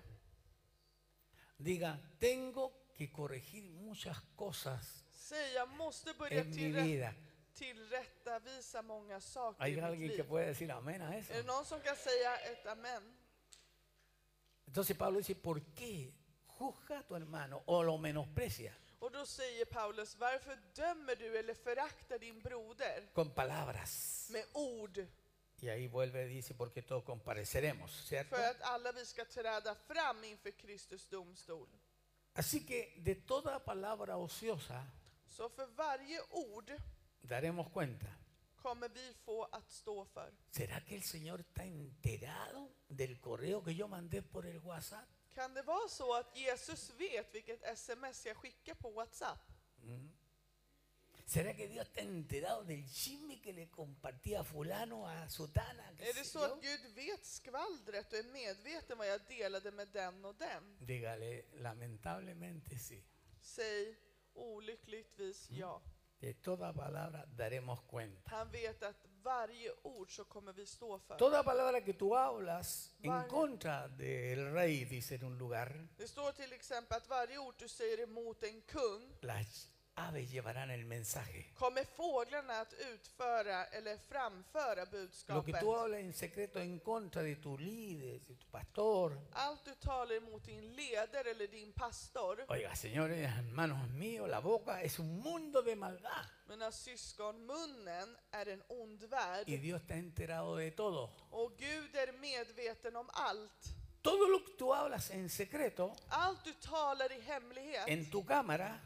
[SPEAKER 1] Diga, tengo que corregir muchas cosas
[SPEAKER 2] Säg, jag måste börja
[SPEAKER 1] en mi
[SPEAKER 2] tillrä-
[SPEAKER 1] vida.
[SPEAKER 2] tillrättavisa många saker
[SPEAKER 1] ¿Hay
[SPEAKER 2] i mitt
[SPEAKER 1] alguien que
[SPEAKER 2] liv.
[SPEAKER 1] puede decir amén a eso?
[SPEAKER 2] Är det någon som kan säga ett amen?
[SPEAKER 1] Entonces Pablo dice, ¿por qué juzga a tu hermano o lo menosprecia?
[SPEAKER 2] Och då säger Paulus, varför dömer du eller föraktar din broder
[SPEAKER 1] Con palabras.
[SPEAKER 2] med ord
[SPEAKER 1] Y ahí vuelve y dice, porque todos compareceremos, ¿cierto?
[SPEAKER 2] för att alla vi ska träda fram inför Kristus domstol?
[SPEAKER 1] Así que de toda palabra ociosa
[SPEAKER 2] Så för varje ord
[SPEAKER 1] daremos cuenta.
[SPEAKER 2] kommer vi få att stå för.
[SPEAKER 1] ¿Será que el Señor está enterado del correo que yo mandé por el WhatsApp?
[SPEAKER 2] Kan det vara så att Jesus vet vilket sms jag skickar på WhatsApp?
[SPEAKER 1] ¿Será que Dios está enterado del chisme que le compartía a fulano, a sotana?
[SPEAKER 2] Är det så att Gud vet skvallret och är medveten vad jag delade med den och den?
[SPEAKER 1] Dígale, lamentablemente sí.
[SPEAKER 2] Säg olyckligtvis ja.
[SPEAKER 1] De toda palabra daremos cuenta.
[SPEAKER 2] Han vet att varje ord så kommer vi stå för.
[SPEAKER 1] Toda palabra que tú hablas en
[SPEAKER 2] Vale.
[SPEAKER 1] contra del rey, dice en un lugar,
[SPEAKER 2] Det står till exempel att varje ord du säger emot en kung
[SPEAKER 1] las aves llevarán el mensaje.
[SPEAKER 2] kommer fåglarna att utföra eller framföra
[SPEAKER 1] Lo que
[SPEAKER 2] budskapet.
[SPEAKER 1] tú hablas en secreto en contra de tu líder, de tu pastor.
[SPEAKER 2] Allt du talar emot din ledare eller din pastor,
[SPEAKER 1] Oiga, señores, hermanos míos, la boca es un mundo de maldad.
[SPEAKER 2] mina syskon, munnen är en ond värld.
[SPEAKER 1] Y Dios está enterado de todo.
[SPEAKER 2] Och Gud är medveten om allt.
[SPEAKER 1] Todo lo que tú hablas en secreto,
[SPEAKER 2] Allt du talar i hemlighet
[SPEAKER 1] en tu cámara,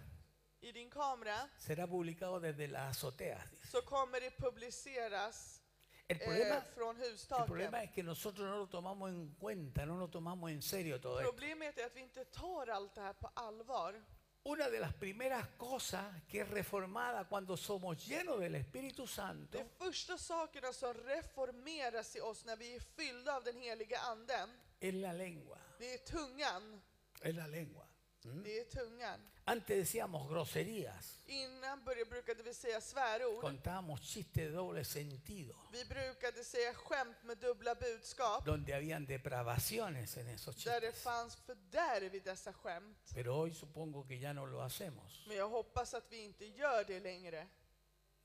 [SPEAKER 2] i din kamera
[SPEAKER 1] será publicado desde las azoteas. dice.
[SPEAKER 2] så kommer det publiceras
[SPEAKER 1] El
[SPEAKER 2] eh,
[SPEAKER 1] problema,
[SPEAKER 2] från
[SPEAKER 1] el problema
[SPEAKER 2] hustaken.
[SPEAKER 1] es que nosotros no lo tomamos en cuenta, no lo tomamos en serio todo esto.
[SPEAKER 2] Problemet är att vi inte tar allt det här på allvar.
[SPEAKER 1] Una de las primeras cosas que es reformada cuando somos llenos del Espíritu Santo
[SPEAKER 2] De första sakerna som reformeras i oss när vi är fyllda av den heliga anden,
[SPEAKER 1] es la lengua.
[SPEAKER 2] det är tungan.
[SPEAKER 1] Es la lengua.
[SPEAKER 2] Det är tungan.
[SPEAKER 1] Antes decíamos groserías,
[SPEAKER 2] Innan början brukade vi säga svärord.
[SPEAKER 1] contábamos chistes de doble sentido,
[SPEAKER 2] Vi brukade säga skämt med dubbla budskap,
[SPEAKER 1] donde habían depravaciones en esos
[SPEAKER 2] där det
[SPEAKER 1] chistes.
[SPEAKER 2] fanns fördärv i dessa skämt.
[SPEAKER 1] Pero hoy supongo que ya no lo hacemos.
[SPEAKER 2] Men jag hoppas att vi inte gör det längre.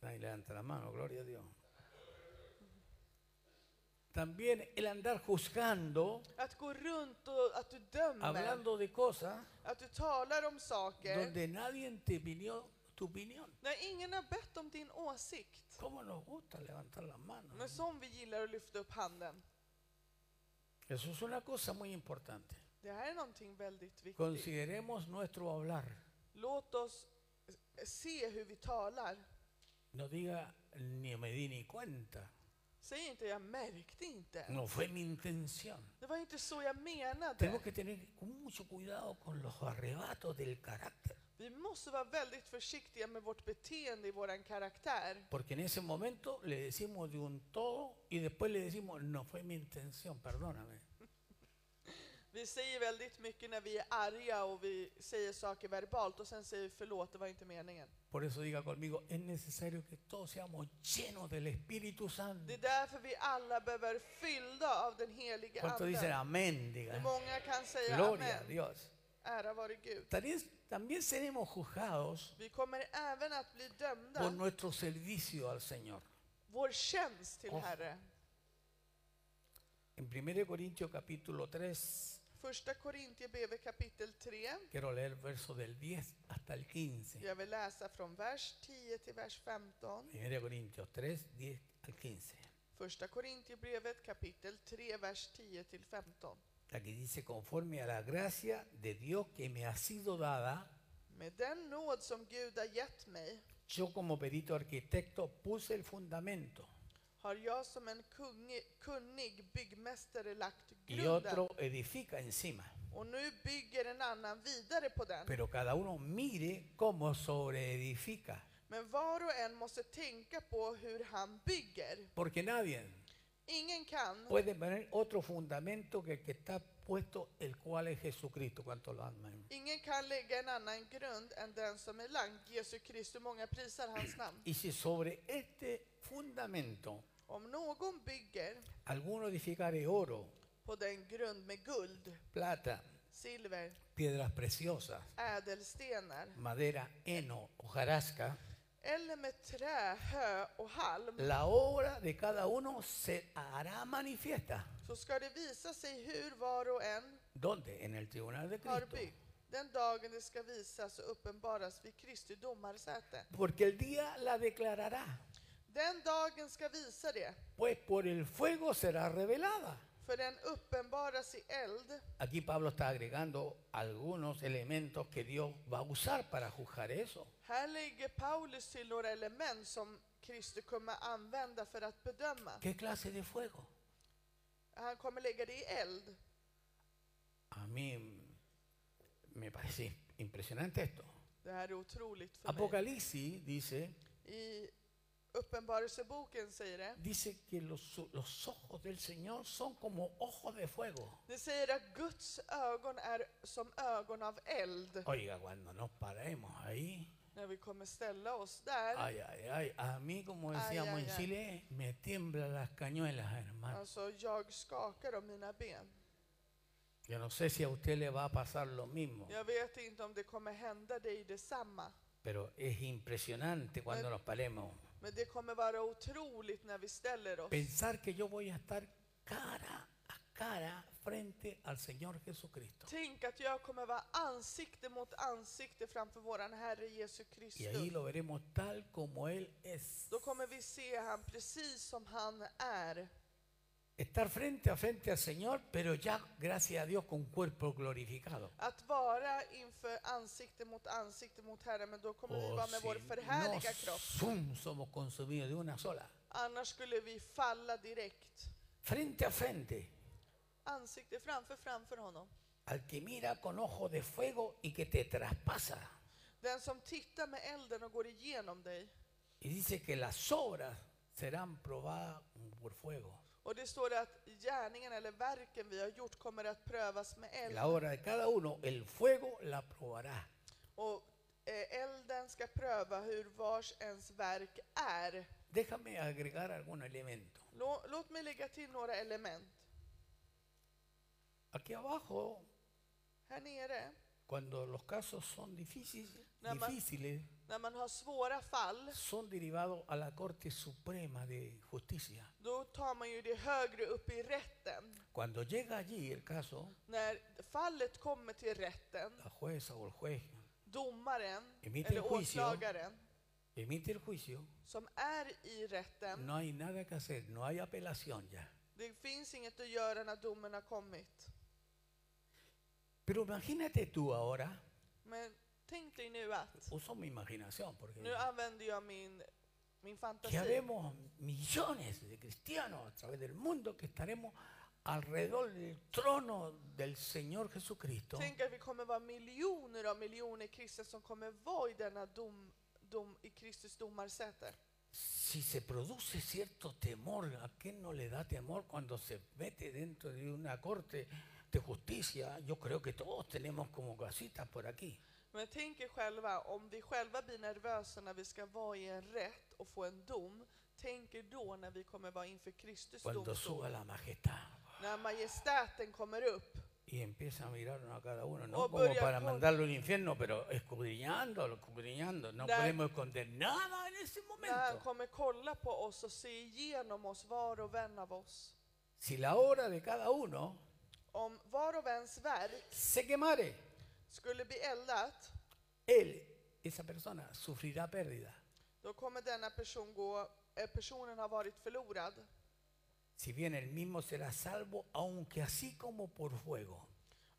[SPEAKER 1] Ahí levanta la mano, gloria a Dios. También el andar juzgando,
[SPEAKER 2] Att gå runt och att du dömer,
[SPEAKER 1] hablando de cosas
[SPEAKER 2] att du talar om saker
[SPEAKER 1] donde nadie te opinió tu opinión.
[SPEAKER 2] när ingen har bett om din åsikt.
[SPEAKER 1] ¿Cómo nos gusta levantar las manos?
[SPEAKER 2] Men som vi gillar att lyfta upp handen.
[SPEAKER 1] Eso es una cosa muy importante.
[SPEAKER 2] Det här är någonting väldigt viktigt.
[SPEAKER 1] Consideremos nuestro hablar.
[SPEAKER 2] Låt oss se hur vi talar.
[SPEAKER 1] No diga ni me di ni cuenta.
[SPEAKER 2] Säg inte jag märkte inte.
[SPEAKER 1] No fue mi intención.
[SPEAKER 2] Det var inte så jag menade.
[SPEAKER 1] Tenemos que tener mucho cuidado con los arrebatos del carácter.
[SPEAKER 2] Vi måste vara väldigt försiktiga med vårt beteende i våran karaktär.
[SPEAKER 1] Porque en ese momento le decimos de un todo y después le decimos, no fue mi intención, perdóname.
[SPEAKER 2] Vi säger väldigt mycket när vi är arga och vi säger saker verbalt och sen säger vi förlåt, det var inte meningen.
[SPEAKER 1] Por eso diga conmigo, es necesario que todos seamos llenos del Espíritu Santo.
[SPEAKER 2] Det är därför vi alla behöver fyllda av den helige
[SPEAKER 1] ¿Cuántos dicen
[SPEAKER 2] Anden.
[SPEAKER 1] amén?
[SPEAKER 2] Hur
[SPEAKER 1] Diga.
[SPEAKER 2] många kan säga
[SPEAKER 1] Gloria a
[SPEAKER 2] amen?
[SPEAKER 1] Dios.
[SPEAKER 2] Ära vare Gud.
[SPEAKER 1] También, también seremos juzgados
[SPEAKER 2] Vi kommer även att bli
[SPEAKER 1] por
[SPEAKER 2] dömda,
[SPEAKER 1] nuestro servicio al Señor.
[SPEAKER 2] vår tjänst till
[SPEAKER 1] Oh.
[SPEAKER 2] Herre.
[SPEAKER 1] En 1 Corintios capítulo 3,
[SPEAKER 2] Första Korintierbrevet kapitel 3.
[SPEAKER 1] quiero leer versos del 10 hasta el 15.
[SPEAKER 2] Jag vill läsa från vers 10 till vers 15.
[SPEAKER 1] 1 Corintios 3, 10 al 15.
[SPEAKER 2] Första Korintierbrevet kapitel 3, vers 10 till 15.
[SPEAKER 1] La que dice, conforme a la gracia de Dios que me ha sido dada,
[SPEAKER 2] Med den nåd som Gud har gett mig
[SPEAKER 1] Yo como perito arquitecto puse el fundamento
[SPEAKER 2] har jag som en kungi- kunnig byggmästare lagt
[SPEAKER 1] y
[SPEAKER 2] grunden
[SPEAKER 1] otro edifica encima.
[SPEAKER 2] och nu bygger en annan vidare på den.
[SPEAKER 1] Pero cada uno mire cómo sobreedifica,
[SPEAKER 2] Men var och en måste tänka på hur han bygger.
[SPEAKER 1] porque nadie
[SPEAKER 2] Ingen kan
[SPEAKER 1] puede poner otro fundamento que el que está puesto, el cual es Jesucristo. ¿Cuánto lo aman?
[SPEAKER 2] Ingen kan lägga en annan grund än den som är lagd, Jesu Kristus. Många prisar hans namn.
[SPEAKER 1] Y si sobre este fundamento
[SPEAKER 2] Om någon bygger
[SPEAKER 1] alguno edificare oro,
[SPEAKER 2] på den grund med guld,
[SPEAKER 1] plata,
[SPEAKER 2] silver,
[SPEAKER 1] piedras preciosas,
[SPEAKER 2] ädelstenar
[SPEAKER 1] madera, heno, hojarasca,
[SPEAKER 2] eller med trä, hö och halm
[SPEAKER 1] la obra de cada uno se hará manifiesta.
[SPEAKER 2] så ska det visa sig hur var och en
[SPEAKER 1] ¿Dónde? En el tribunal de
[SPEAKER 2] har
[SPEAKER 1] Cristo.
[SPEAKER 2] byggt. Den dagen det ska visas och uppenbaras vid Kristi domarsäte.
[SPEAKER 1] Porque el día la declarará,
[SPEAKER 2] Den dagen ska visa det,
[SPEAKER 1] pues por el fuego será revelada.
[SPEAKER 2] för den uppenbaras i eld.
[SPEAKER 1] Aquí Pablo está agregando algunos elementos que Dios va a usar para juzgar eso.
[SPEAKER 2] Här lägger Paulus till några element som Kristus kommer använda för att bedöma.
[SPEAKER 1] ¿Qué clase de fuego?
[SPEAKER 2] Han kommer lägga det i eld.
[SPEAKER 1] A mí me parece impresionante esto.
[SPEAKER 2] Det här är otroligt för mig.
[SPEAKER 1] Apocalipsis dice
[SPEAKER 2] I Uppenbarelseboken säger det.
[SPEAKER 1] Dice que los, los ojos del Señor son como ojos de fuego.
[SPEAKER 2] Det säger att Guds ögon är som ögon av eld.
[SPEAKER 1] Oiga, cuando nos paremos ahí,
[SPEAKER 2] När vi kommer ställa oss där.
[SPEAKER 1] ay, ay, ay, a mí como
[SPEAKER 2] Ay,
[SPEAKER 1] decíamos
[SPEAKER 2] ay,
[SPEAKER 1] en
[SPEAKER 2] ay. Ah.
[SPEAKER 1] Chile, me tiemblan las cañuelas, hermano.
[SPEAKER 2] Alltså, jag skakar om mina ben.
[SPEAKER 1] Yo no sé si a usted le va a pasar lo mismo,
[SPEAKER 2] Jag vet inte om det kommer hända dig detsamma.
[SPEAKER 1] pero es impresionante cuando
[SPEAKER 2] Ay.
[SPEAKER 1] nos paremos.
[SPEAKER 2] Men det kommer vara otroligt när vi ställer oss.
[SPEAKER 1] Pensar que yo voy a estar cara a cara frente al Señor Jesucristo.
[SPEAKER 2] Tänk att jag kommer vara ansikte mot ansikte framför våran Herre Jesus
[SPEAKER 1] Y ahí
[SPEAKER 2] Kristus.
[SPEAKER 1] lo veremos tal como Él es.
[SPEAKER 2] Då kommer vi se han precis som han är.
[SPEAKER 1] Estar frente a frente al Señor, pero ya, gracias a Dios, con cuerpo glorificado.
[SPEAKER 2] Att vara inför ansikte mot ansikte mot Herren, men då kommer vi
[SPEAKER 1] O
[SPEAKER 2] vara med
[SPEAKER 1] si
[SPEAKER 2] vår
[SPEAKER 1] Oh, no,
[SPEAKER 2] förhärliga kropp.
[SPEAKER 1] zoom, somos consumidos de una sola.
[SPEAKER 2] Annars skulle vi falla direkt.
[SPEAKER 1] Frente a frente,
[SPEAKER 2] Ansikte framför, framför honom.
[SPEAKER 1] al que mira con ojos de fuego y que te traspasa.
[SPEAKER 2] Den som tittar med elden och går igenom dig.
[SPEAKER 1] Y dice que las obras serán probadas por fuego.
[SPEAKER 2] Och det står att gärningen eller verken vi har gjort kommer att prövas med eld.
[SPEAKER 1] La obra de cada uno, el fuego la probará.
[SPEAKER 2] Och eh, elden ska pröva hur vars ens verk är.
[SPEAKER 1] Déjame agregar algún elemento.
[SPEAKER 2] Lå, låt mig lägga till några element.
[SPEAKER 1] Aquí abajo,
[SPEAKER 2] Här nere,
[SPEAKER 1] cuando los casos son difíciles,
[SPEAKER 2] Nada más.
[SPEAKER 1] difíciles
[SPEAKER 2] när man har svåra fall,
[SPEAKER 1] son derivados a la Corte Suprema de Justicia.
[SPEAKER 2] då tar man ju det högre upp i rätten.
[SPEAKER 1] Cuando llega allí el caso,
[SPEAKER 2] När fallet kommer till rätten,
[SPEAKER 1] la jueza o el juez
[SPEAKER 2] domaren
[SPEAKER 1] I mitt
[SPEAKER 2] eller
[SPEAKER 1] juicio.
[SPEAKER 2] åklagaren
[SPEAKER 1] emite el juicio,
[SPEAKER 2] som är i rätten,
[SPEAKER 1] no hay nada que hacer, no hay apelación ya.
[SPEAKER 2] det finns inget att göra när domen har kommit.
[SPEAKER 1] Pero imagínate tú ahora,
[SPEAKER 2] Men tänk dig nu att,
[SPEAKER 1] uso mi imaginación, porque
[SPEAKER 2] nu använder jag min, min fantasi.
[SPEAKER 1] que habemos millones de cristianos a través del mundo que estaremos alrededor del trono del Señor Jesucristo.
[SPEAKER 2] Tänk att vi kommer vara miljoner av miljoner kristna som kommer vara i denna dom, dom i Kristus domarsäte.
[SPEAKER 1] Si se produce cierto temor, ¿a quién no le da temor cuando se mete dentro de una corte de justicia? Yo creo que todos tenemos como casitas por aquí.
[SPEAKER 2] Men tänk er själva, om vi själva blir nervösa när vi ska vara i en rätt och få en dom, tänk er då när vi kommer vara inför Kristus
[SPEAKER 1] Cuando
[SPEAKER 2] domstol,
[SPEAKER 1] suba la majestad
[SPEAKER 2] när majestäten kommer upp.
[SPEAKER 1] y empieza a mirarnos a cada uno, no
[SPEAKER 2] Oh,
[SPEAKER 1] como
[SPEAKER 2] gloria
[SPEAKER 1] para
[SPEAKER 2] a Dios.
[SPEAKER 1] mandarlo al infierno, pero escudriñándolo, escudriñando. No
[SPEAKER 2] Da-
[SPEAKER 1] podemos esconder nada en ese
[SPEAKER 2] När han
[SPEAKER 1] momento.
[SPEAKER 2] kommer kolla på oss och se igenom oss, var och en av oss.
[SPEAKER 1] Si la obra de cada uno
[SPEAKER 2] Om var och ens verk
[SPEAKER 1] se quemare,
[SPEAKER 2] skulle bli eldat,
[SPEAKER 1] él, esa persona, sufrirá pérdida.
[SPEAKER 2] då kommer denna person gå, eh, personen ha varit förlorad.
[SPEAKER 1] Si bien el mismo será salvo, aunque así como por fuego.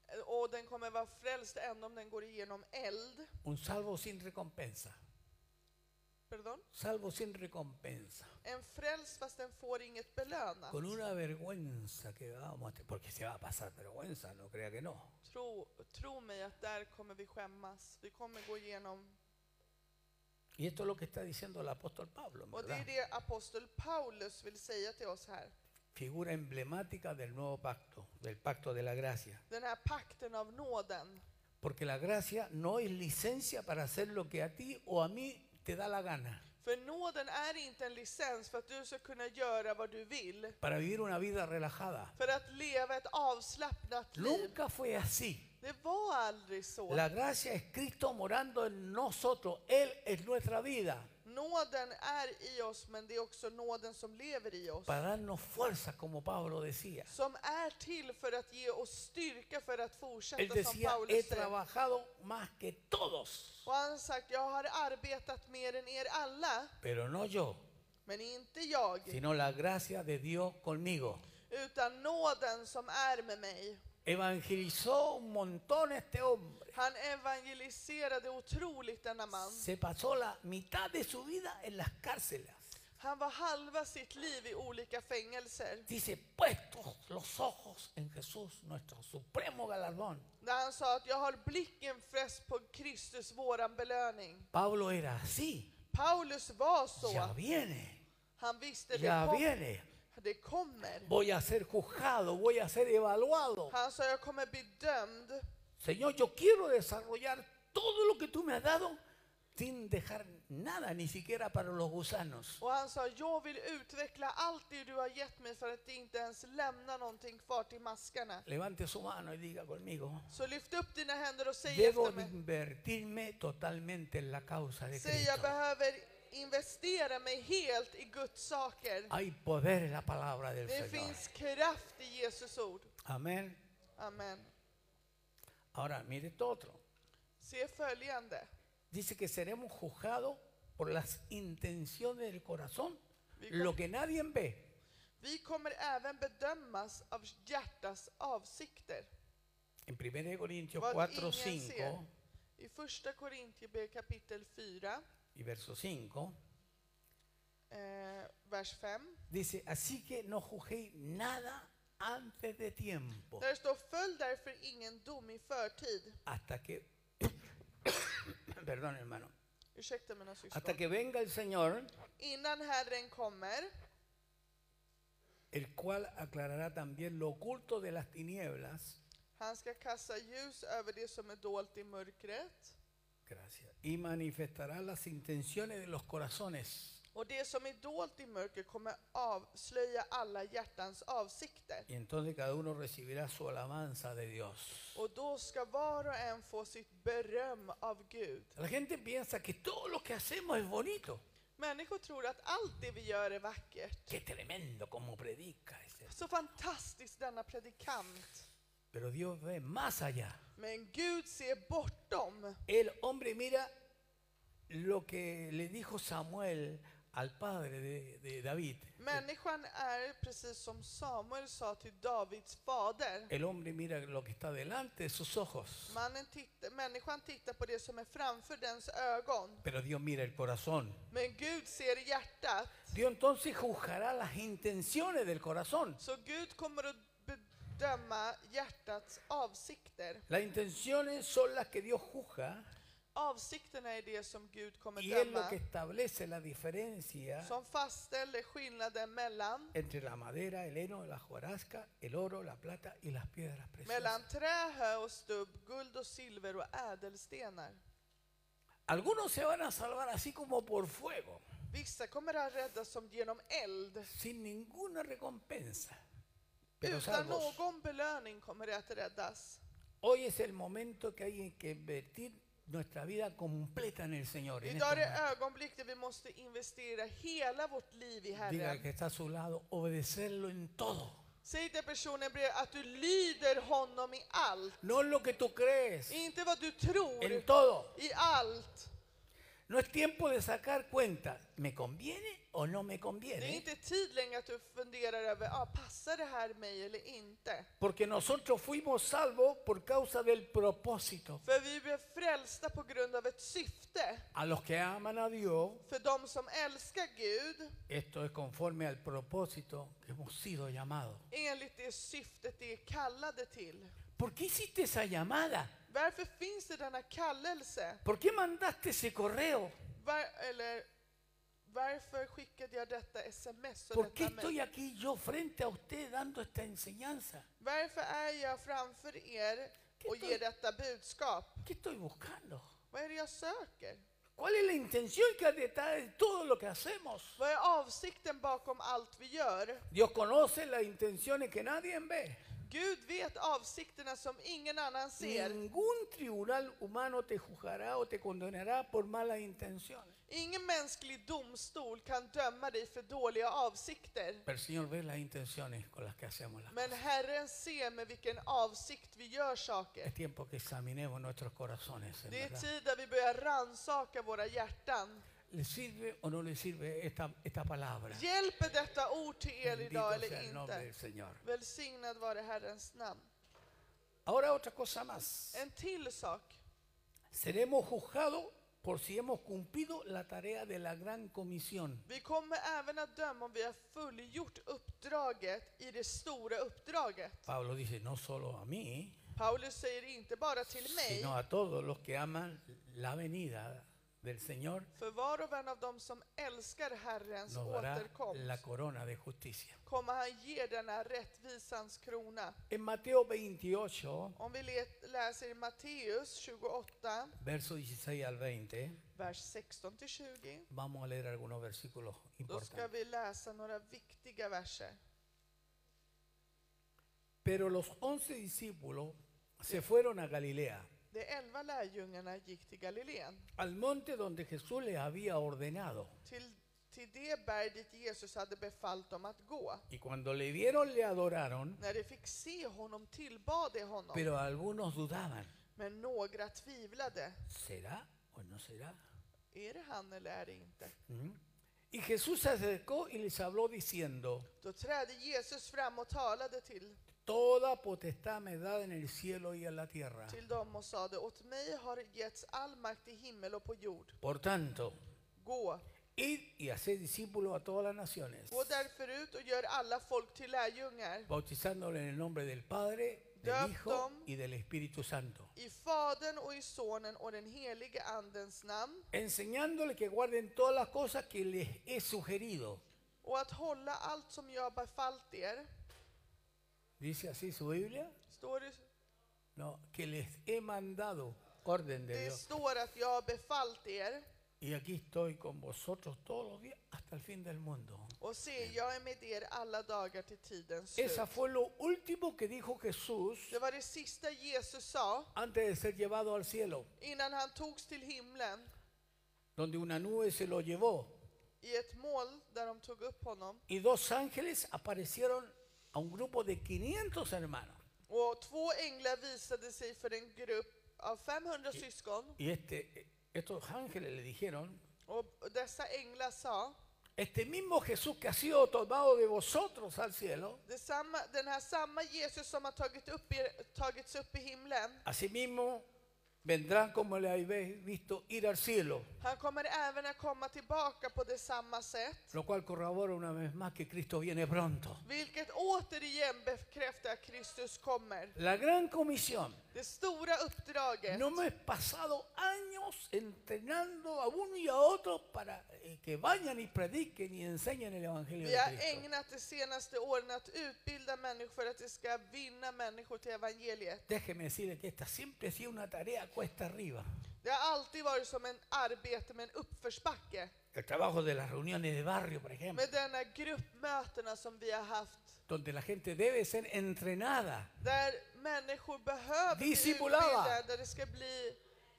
[SPEAKER 2] eh, Och den kommer vara frälst även om den går igenom eld.
[SPEAKER 1] Un salvo sin recompensa.
[SPEAKER 2] Pardon.
[SPEAKER 1] Salvo sin recompensa.
[SPEAKER 2] En frälst fast den får inget belönat.
[SPEAKER 1] Con una vergüenza que vamos a tener. Porque se va a pasar vergüenza, no crea que no.
[SPEAKER 2] Tro, tro mig att där kommer vi skämmas. Vi kommer gå igenom.
[SPEAKER 1] Y esto es lo que está diciendo el apóstol Pablo.
[SPEAKER 2] Och det
[SPEAKER 1] ¿verdad?
[SPEAKER 2] är det apostel Paulus vill säga till oss här.
[SPEAKER 1] Figura emblemática del nuevo pacto, del pacto de la gracia.
[SPEAKER 2] Den här pakten av nåden.
[SPEAKER 1] Porque la gracia no es licencia para hacer lo que a ti o a mí te da la gana.
[SPEAKER 2] För nåden är inte en licens för att du ska kunna göra vad du vill.
[SPEAKER 1] Para vivir una vida relajada.
[SPEAKER 2] För att leva ett avslappnat liv.
[SPEAKER 1] Nunca fue así.
[SPEAKER 2] Det var aldrig så.
[SPEAKER 1] La gracia es Cristo morando en nosotros. Él es nuestra vida.
[SPEAKER 2] Nåden är i oss men det är också nåden som lever i oss.
[SPEAKER 1] Para darnos fuerzas, como Pablo decía.
[SPEAKER 2] som är till för att ge oss styrka för att
[SPEAKER 1] Él
[SPEAKER 2] fortsätta som
[SPEAKER 1] decía, he
[SPEAKER 2] Paulus säger.
[SPEAKER 1] trabajado más que todos,
[SPEAKER 2] Och han har sagt, jag har arbetat mer än er alla,
[SPEAKER 1] pero no yo,
[SPEAKER 2] men inte jag,
[SPEAKER 1] sino la gracia de Dios conmigo.
[SPEAKER 2] utan nåden som är med mig.
[SPEAKER 1] Evangelizó un montón este hombre.
[SPEAKER 2] Han evangeliserade otroligt denna man.
[SPEAKER 1] Se pasó la mitad de su vida en las cárceles.
[SPEAKER 2] Han var halva sitt liv i olika fängelser.
[SPEAKER 1] Dice, puestos los ojos en Jesús, nuestro supremo galardón.
[SPEAKER 2] Där han sa att jag har blicken fäst på Kristus, våran belöning.
[SPEAKER 1] Pablo era así.
[SPEAKER 2] Paulus var
[SPEAKER 1] Ya
[SPEAKER 2] så.
[SPEAKER 1] viene,
[SPEAKER 2] Han visste det,
[SPEAKER 1] ya
[SPEAKER 2] kom,
[SPEAKER 1] viene.
[SPEAKER 2] det kommer.
[SPEAKER 1] Voy a ser juzgado, voy a ser evaluado.
[SPEAKER 2] Han sa, jag kommer bli dömd.
[SPEAKER 1] Señor, yo quiero desarrollar todo lo que tú me has dado sin dejar nada, ni siquiera para los gusanos.
[SPEAKER 2] Och han sa, jag vill utveckla allt det du har gett mig för att inte ens lämna någonting kvar till maskarna.
[SPEAKER 1] Levante su mano y diga conmigo,
[SPEAKER 2] Så lyft upp dina händer och säg
[SPEAKER 1] debo
[SPEAKER 2] efter mig.
[SPEAKER 1] invertirme totalmente en la causa de
[SPEAKER 2] Säg, jag
[SPEAKER 1] Cristo.
[SPEAKER 2] behöver investera mig helt i Guds saker.
[SPEAKER 1] Hay poder en la palabra del
[SPEAKER 2] Det
[SPEAKER 1] Señor.
[SPEAKER 2] finns kraft i Jesus ord.
[SPEAKER 1] Amén.
[SPEAKER 2] Amen.
[SPEAKER 1] Ahora, mire esto otro.
[SPEAKER 2] Se följande.
[SPEAKER 1] Dice que seremos juzgados por las intenciones del corazón,
[SPEAKER 2] Vi kom-
[SPEAKER 1] lo que nadie ve.
[SPEAKER 2] Vi kommer även bedömas av hjärtas avsikter.
[SPEAKER 1] En 1 Corintios
[SPEAKER 2] Vad
[SPEAKER 1] 4,
[SPEAKER 2] ingen ser.
[SPEAKER 1] 5
[SPEAKER 2] I första Korintierbrevet kapitel 4,
[SPEAKER 1] y verso 5,
[SPEAKER 2] eh, vers 5.
[SPEAKER 1] dice, así que no juzguéis nada antes de tiempo,
[SPEAKER 2] Där det står följ därför ingen dom i förtid.
[SPEAKER 1] hasta que, [COUGHS] perdón hermano,
[SPEAKER 2] Ursäkta mina
[SPEAKER 1] hasta
[SPEAKER 2] syskon.
[SPEAKER 1] que venga el Señor,
[SPEAKER 2] Innan Herren kommer,
[SPEAKER 1] el cual aclarará también lo oculto de las tinieblas,
[SPEAKER 2] han ska kasta ljus över det som är dolt i mörkret
[SPEAKER 1] gracias, y manifestará las intenciones de los corazones.
[SPEAKER 2] och det som är dolt i mörker kommer avslöja alla hjärtans avsikter.
[SPEAKER 1] Y entonces cada uno recibirá su alabanza de Dios.
[SPEAKER 2] Och då ska var och en få sitt beröm av Gud.
[SPEAKER 1] La gente piensa que todo lo que hacemos es bonito.
[SPEAKER 2] Människor tror att allt det vi gör är vackert.
[SPEAKER 1] Qué tremendo como predica ese.
[SPEAKER 2] Så fantastiskt denna predikant.
[SPEAKER 1] Pero Dios ve más allá.
[SPEAKER 2] Men Gud ser bortom.
[SPEAKER 1] El hombre mira lo que le dijo Samuel al padre de, de David.
[SPEAKER 2] Människan är precis som Samuel sa till Davids fader.
[SPEAKER 1] El hombre mira lo que está delante de sus ojos.
[SPEAKER 2] Mannen tittar, människan tittar på det som är framför dens ögon.
[SPEAKER 1] Pero Dios mira el corazón.
[SPEAKER 2] Men Gud ser hjärtat.
[SPEAKER 1] Dios entonces juzgará las intenciones del corazón.
[SPEAKER 2] Så Gud kommer att bedöma hjärtats avsikter.
[SPEAKER 1] Las intenciones son las que Dios juzga
[SPEAKER 2] Avsikterna är det som Gud kommer
[SPEAKER 1] y es lo que
[SPEAKER 2] döma.
[SPEAKER 1] establece la diferencia
[SPEAKER 2] Som fastställer skillnaden mellan,
[SPEAKER 1] entre la madera, el heno, la hojarasca, el oro, la plata y las piedras preciosas.
[SPEAKER 2] mellan trä, hö och stubb, guld och silver och ädelstenar.
[SPEAKER 1] Algunos se van a salvar así como por fuego,
[SPEAKER 2] Vissa kommer att räddas som genom eld.
[SPEAKER 1] sin ninguna recompensa. Pero
[SPEAKER 2] Utan
[SPEAKER 1] salvos.
[SPEAKER 2] någon belöning kommer det att räddas.
[SPEAKER 1] Hoy es el momento que hay que invertir nuestra vida completa en el Señor. en
[SPEAKER 2] Idag är
[SPEAKER 1] este
[SPEAKER 2] det ögonblick där vi måste investera hela vårt liv i
[SPEAKER 1] momento. Diga al
[SPEAKER 2] Herren.
[SPEAKER 1] que está a su lado, obedecerlo en todo.
[SPEAKER 2] Säg till personen bredvid att du lyder honom i allt.
[SPEAKER 1] No en lo que tú crees,
[SPEAKER 2] Inte vad du tror,
[SPEAKER 1] en todo.
[SPEAKER 2] i allt.
[SPEAKER 1] No es tiempo de sacar cuenta, ¿me conviene o no me
[SPEAKER 2] Det är
[SPEAKER 1] conviene?
[SPEAKER 2] inte tid längre att du funderar över, ah, passar det här mig eller inte?
[SPEAKER 1] Porque nosotros fuimos salvos por causa del propósito.
[SPEAKER 2] För vi blev frälsta på grund av ett syfte.
[SPEAKER 1] A los que aman a Dios,
[SPEAKER 2] För de som älskar Gud,
[SPEAKER 1] esto es conforme al propósito que hemos sido llamados.
[SPEAKER 2] enligt det syftet det är kallade till.
[SPEAKER 1] ¿Por qué hiciste esa llamada?
[SPEAKER 2] Varför finns det denna kallelse?
[SPEAKER 1] ¿Por qué mandaste ese correo?
[SPEAKER 2] Var, eller, varför skickade jag detta sms och
[SPEAKER 1] ¿Por qué
[SPEAKER 2] detta mail?
[SPEAKER 1] estoy aquí yo frente a usted dando esta enseñanza?
[SPEAKER 2] Varför är jag framför er och
[SPEAKER 1] Titta.
[SPEAKER 2] ger detta budskap?
[SPEAKER 1] ¿Qué estoy buscando?
[SPEAKER 2] Vad är det jag söker?
[SPEAKER 1] ¿Cuál es la intención que hay detrás de todo lo que hacemos?
[SPEAKER 2] Vad är avsikten bakom allt vi gör?
[SPEAKER 1] Dios conoce las intenciones que nadie ve.
[SPEAKER 2] Gud vet avsikterna som ingen annan ser.
[SPEAKER 1] Ningún tribunal humano te juzgará o te condenará por malas intenciones.
[SPEAKER 2] Ingen mänsklig domstol kan döma dig för dåliga avsikter.
[SPEAKER 1] Pero el Señor ve las intenciones con las que hacemos las
[SPEAKER 2] Men Herren ser med vilken avsikt vi gör saker.
[SPEAKER 1] Es tiempo que examinemos nuestros corazones. en
[SPEAKER 2] Det är
[SPEAKER 1] verdad.
[SPEAKER 2] tid där vi börjar ransaka våra hjärtan.
[SPEAKER 1] ¿Le sirve o no le sirve esta, esta palabra?
[SPEAKER 2] Hjälper detta ord till er idag
[SPEAKER 1] Bendito sea
[SPEAKER 2] eller
[SPEAKER 1] el nombre
[SPEAKER 2] inte?
[SPEAKER 1] del Señor.
[SPEAKER 2] Välsignad vare Herrens namn.
[SPEAKER 1] Ahora otra cosa más.
[SPEAKER 2] En till sak.
[SPEAKER 1] Seremos juzgados por si hemos cumplido la tarea de la gran comisión.
[SPEAKER 2] Vi kommer även att döma om vi har fullgjort uppdraget i det stora uppdraget.
[SPEAKER 1] Pablo dice, no solo a mí,
[SPEAKER 2] Paulus säger inte bara till mig,
[SPEAKER 1] sino a todos los que aman la venida del Señor
[SPEAKER 2] För var och en av dem som älskar Herrens
[SPEAKER 1] nos dará la
[SPEAKER 2] återkomst
[SPEAKER 1] corona de justicia.
[SPEAKER 2] kommer han ge denna rättvisans krona.
[SPEAKER 1] En Mateo 28,
[SPEAKER 2] Om vi let- läser i Matteus 28,
[SPEAKER 1] versos 16 al 20,
[SPEAKER 2] vers 16-20,
[SPEAKER 1] vamos a leer algunos versículos
[SPEAKER 2] då ska
[SPEAKER 1] importantes.
[SPEAKER 2] vi läsa några viktiga verser.
[SPEAKER 1] Pero los once discípulos se fueron a Galilea,
[SPEAKER 2] De elva lärjungarna gick till Galileen,
[SPEAKER 1] al monte donde Jesús les había ordenado.
[SPEAKER 2] till, till det berg dit Jesus hade befallt dem att gå.
[SPEAKER 1] Y cuando le vieron, le adoraron,
[SPEAKER 2] När de fick se honom tillbad de honom,
[SPEAKER 1] pero algunos dudaban.
[SPEAKER 2] men några tvivlade.
[SPEAKER 1] ¿Será o no será?
[SPEAKER 2] Är det han eller är det inte?
[SPEAKER 1] ¿Mm? Y Jesús se acercó y les habló diciendo,
[SPEAKER 2] Då trädde Jesus fram och talade till,
[SPEAKER 1] Toda potestad me dada en el cielo y en la tierra.
[SPEAKER 2] till dem och sade, åt mig har getts all makt i himmel och på jord.
[SPEAKER 1] Por tanto,
[SPEAKER 2] Gå,
[SPEAKER 1] id y haced discípulos a todas las naciones,
[SPEAKER 2] gå därför ut och gör alla folk till lärjungar.
[SPEAKER 1] bautizándoles en el nombre del Padre, del
[SPEAKER 2] Daptom.
[SPEAKER 1] Hijo y del Espíritu Santo,
[SPEAKER 2] I Fadern och i Sonen och den helige Andens namn
[SPEAKER 1] enseñándoles que guarden todas las cosas que les he sugerido.
[SPEAKER 2] och att hålla allt som jag befallt er.
[SPEAKER 1] Dice así su Biblia,
[SPEAKER 2] Står det,
[SPEAKER 1] no, que les he mandado orden de
[SPEAKER 2] det
[SPEAKER 1] Dios.
[SPEAKER 2] står att jag har befallt er.
[SPEAKER 1] Y aquí estoy con vosotros todos los días hasta el fin del mundo.
[SPEAKER 2] Och se, jag är med er alla dagar till tidens slut.
[SPEAKER 1] Esa fue lo último que dijo Jesús
[SPEAKER 2] Det var det sista Jesus sa
[SPEAKER 1] antes de ser llevado al cielo.
[SPEAKER 2] innan han togs till himlen
[SPEAKER 1] donde una nube se lo llevó
[SPEAKER 2] i ett moln där de tog upp honom.
[SPEAKER 1] y dos ángeles aparecieron a un grupo de 500 hermanos.
[SPEAKER 2] Och två änglar visade sig för en grupp av 500 syskon.
[SPEAKER 1] Y este, estos ángeles le dijeron,
[SPEAKER 2] Och dessa änglar sa,
[SPEAKER 1] este mismo Jesús que ha sido tomado de vosotros al cielo,
[SPEAKER 2] Detsamma, den här samma Jesus som har tagit upp er, tagits upp i himlen,
[SPEAKER 1] asimismo vendrán como le habéis visto ir al cielo,
[SPEAKER 2] han kommer även att komma tillbaka på detsamma sätt,
[SPEAKER 1] lo cual corrobora una vez más que Cristo viene pronto.
[SPEAKER 2] vilket återigen bekräftar att Kristus kommer.
[SPEAKER 1] La gran comisión.
[SPEAKER 2] Det stora uppdraget.
[SPEAKER 1] No me he pasado años entrenando a uno y a otro para eh, que vayan y prediquen y enseñen el Evangelio
[SPEAKER 2] Vi
[SPEAKER 1] de
[SPEAKER 2] har
[SPEAKER 1] Cristo.
[SPEAKER 2] ägnat de senaste åren att utbilda människor för att de ska vinna människor till evangeliet.
[SPEAKER 1] Déjeme decirle que esta siempre ha sido una tarea cuesta arriba.
[SPEAKER 2] Det har alltid varit som en arbete med en uppförsbacke.
[SPEAKER 1] El trabajo de las reuniones de barrio, por ejemplo,
[SPEAKER 2] Med denna gruppmötena som vi har haft,
[SPEAKER 1] donde la gente debe ser entrenada.
[SPEAKER 2] Där människor behöver bli
[SPEAKER 1] Discipulada.
[SPEAKER 2] utbildade, där det ska bli,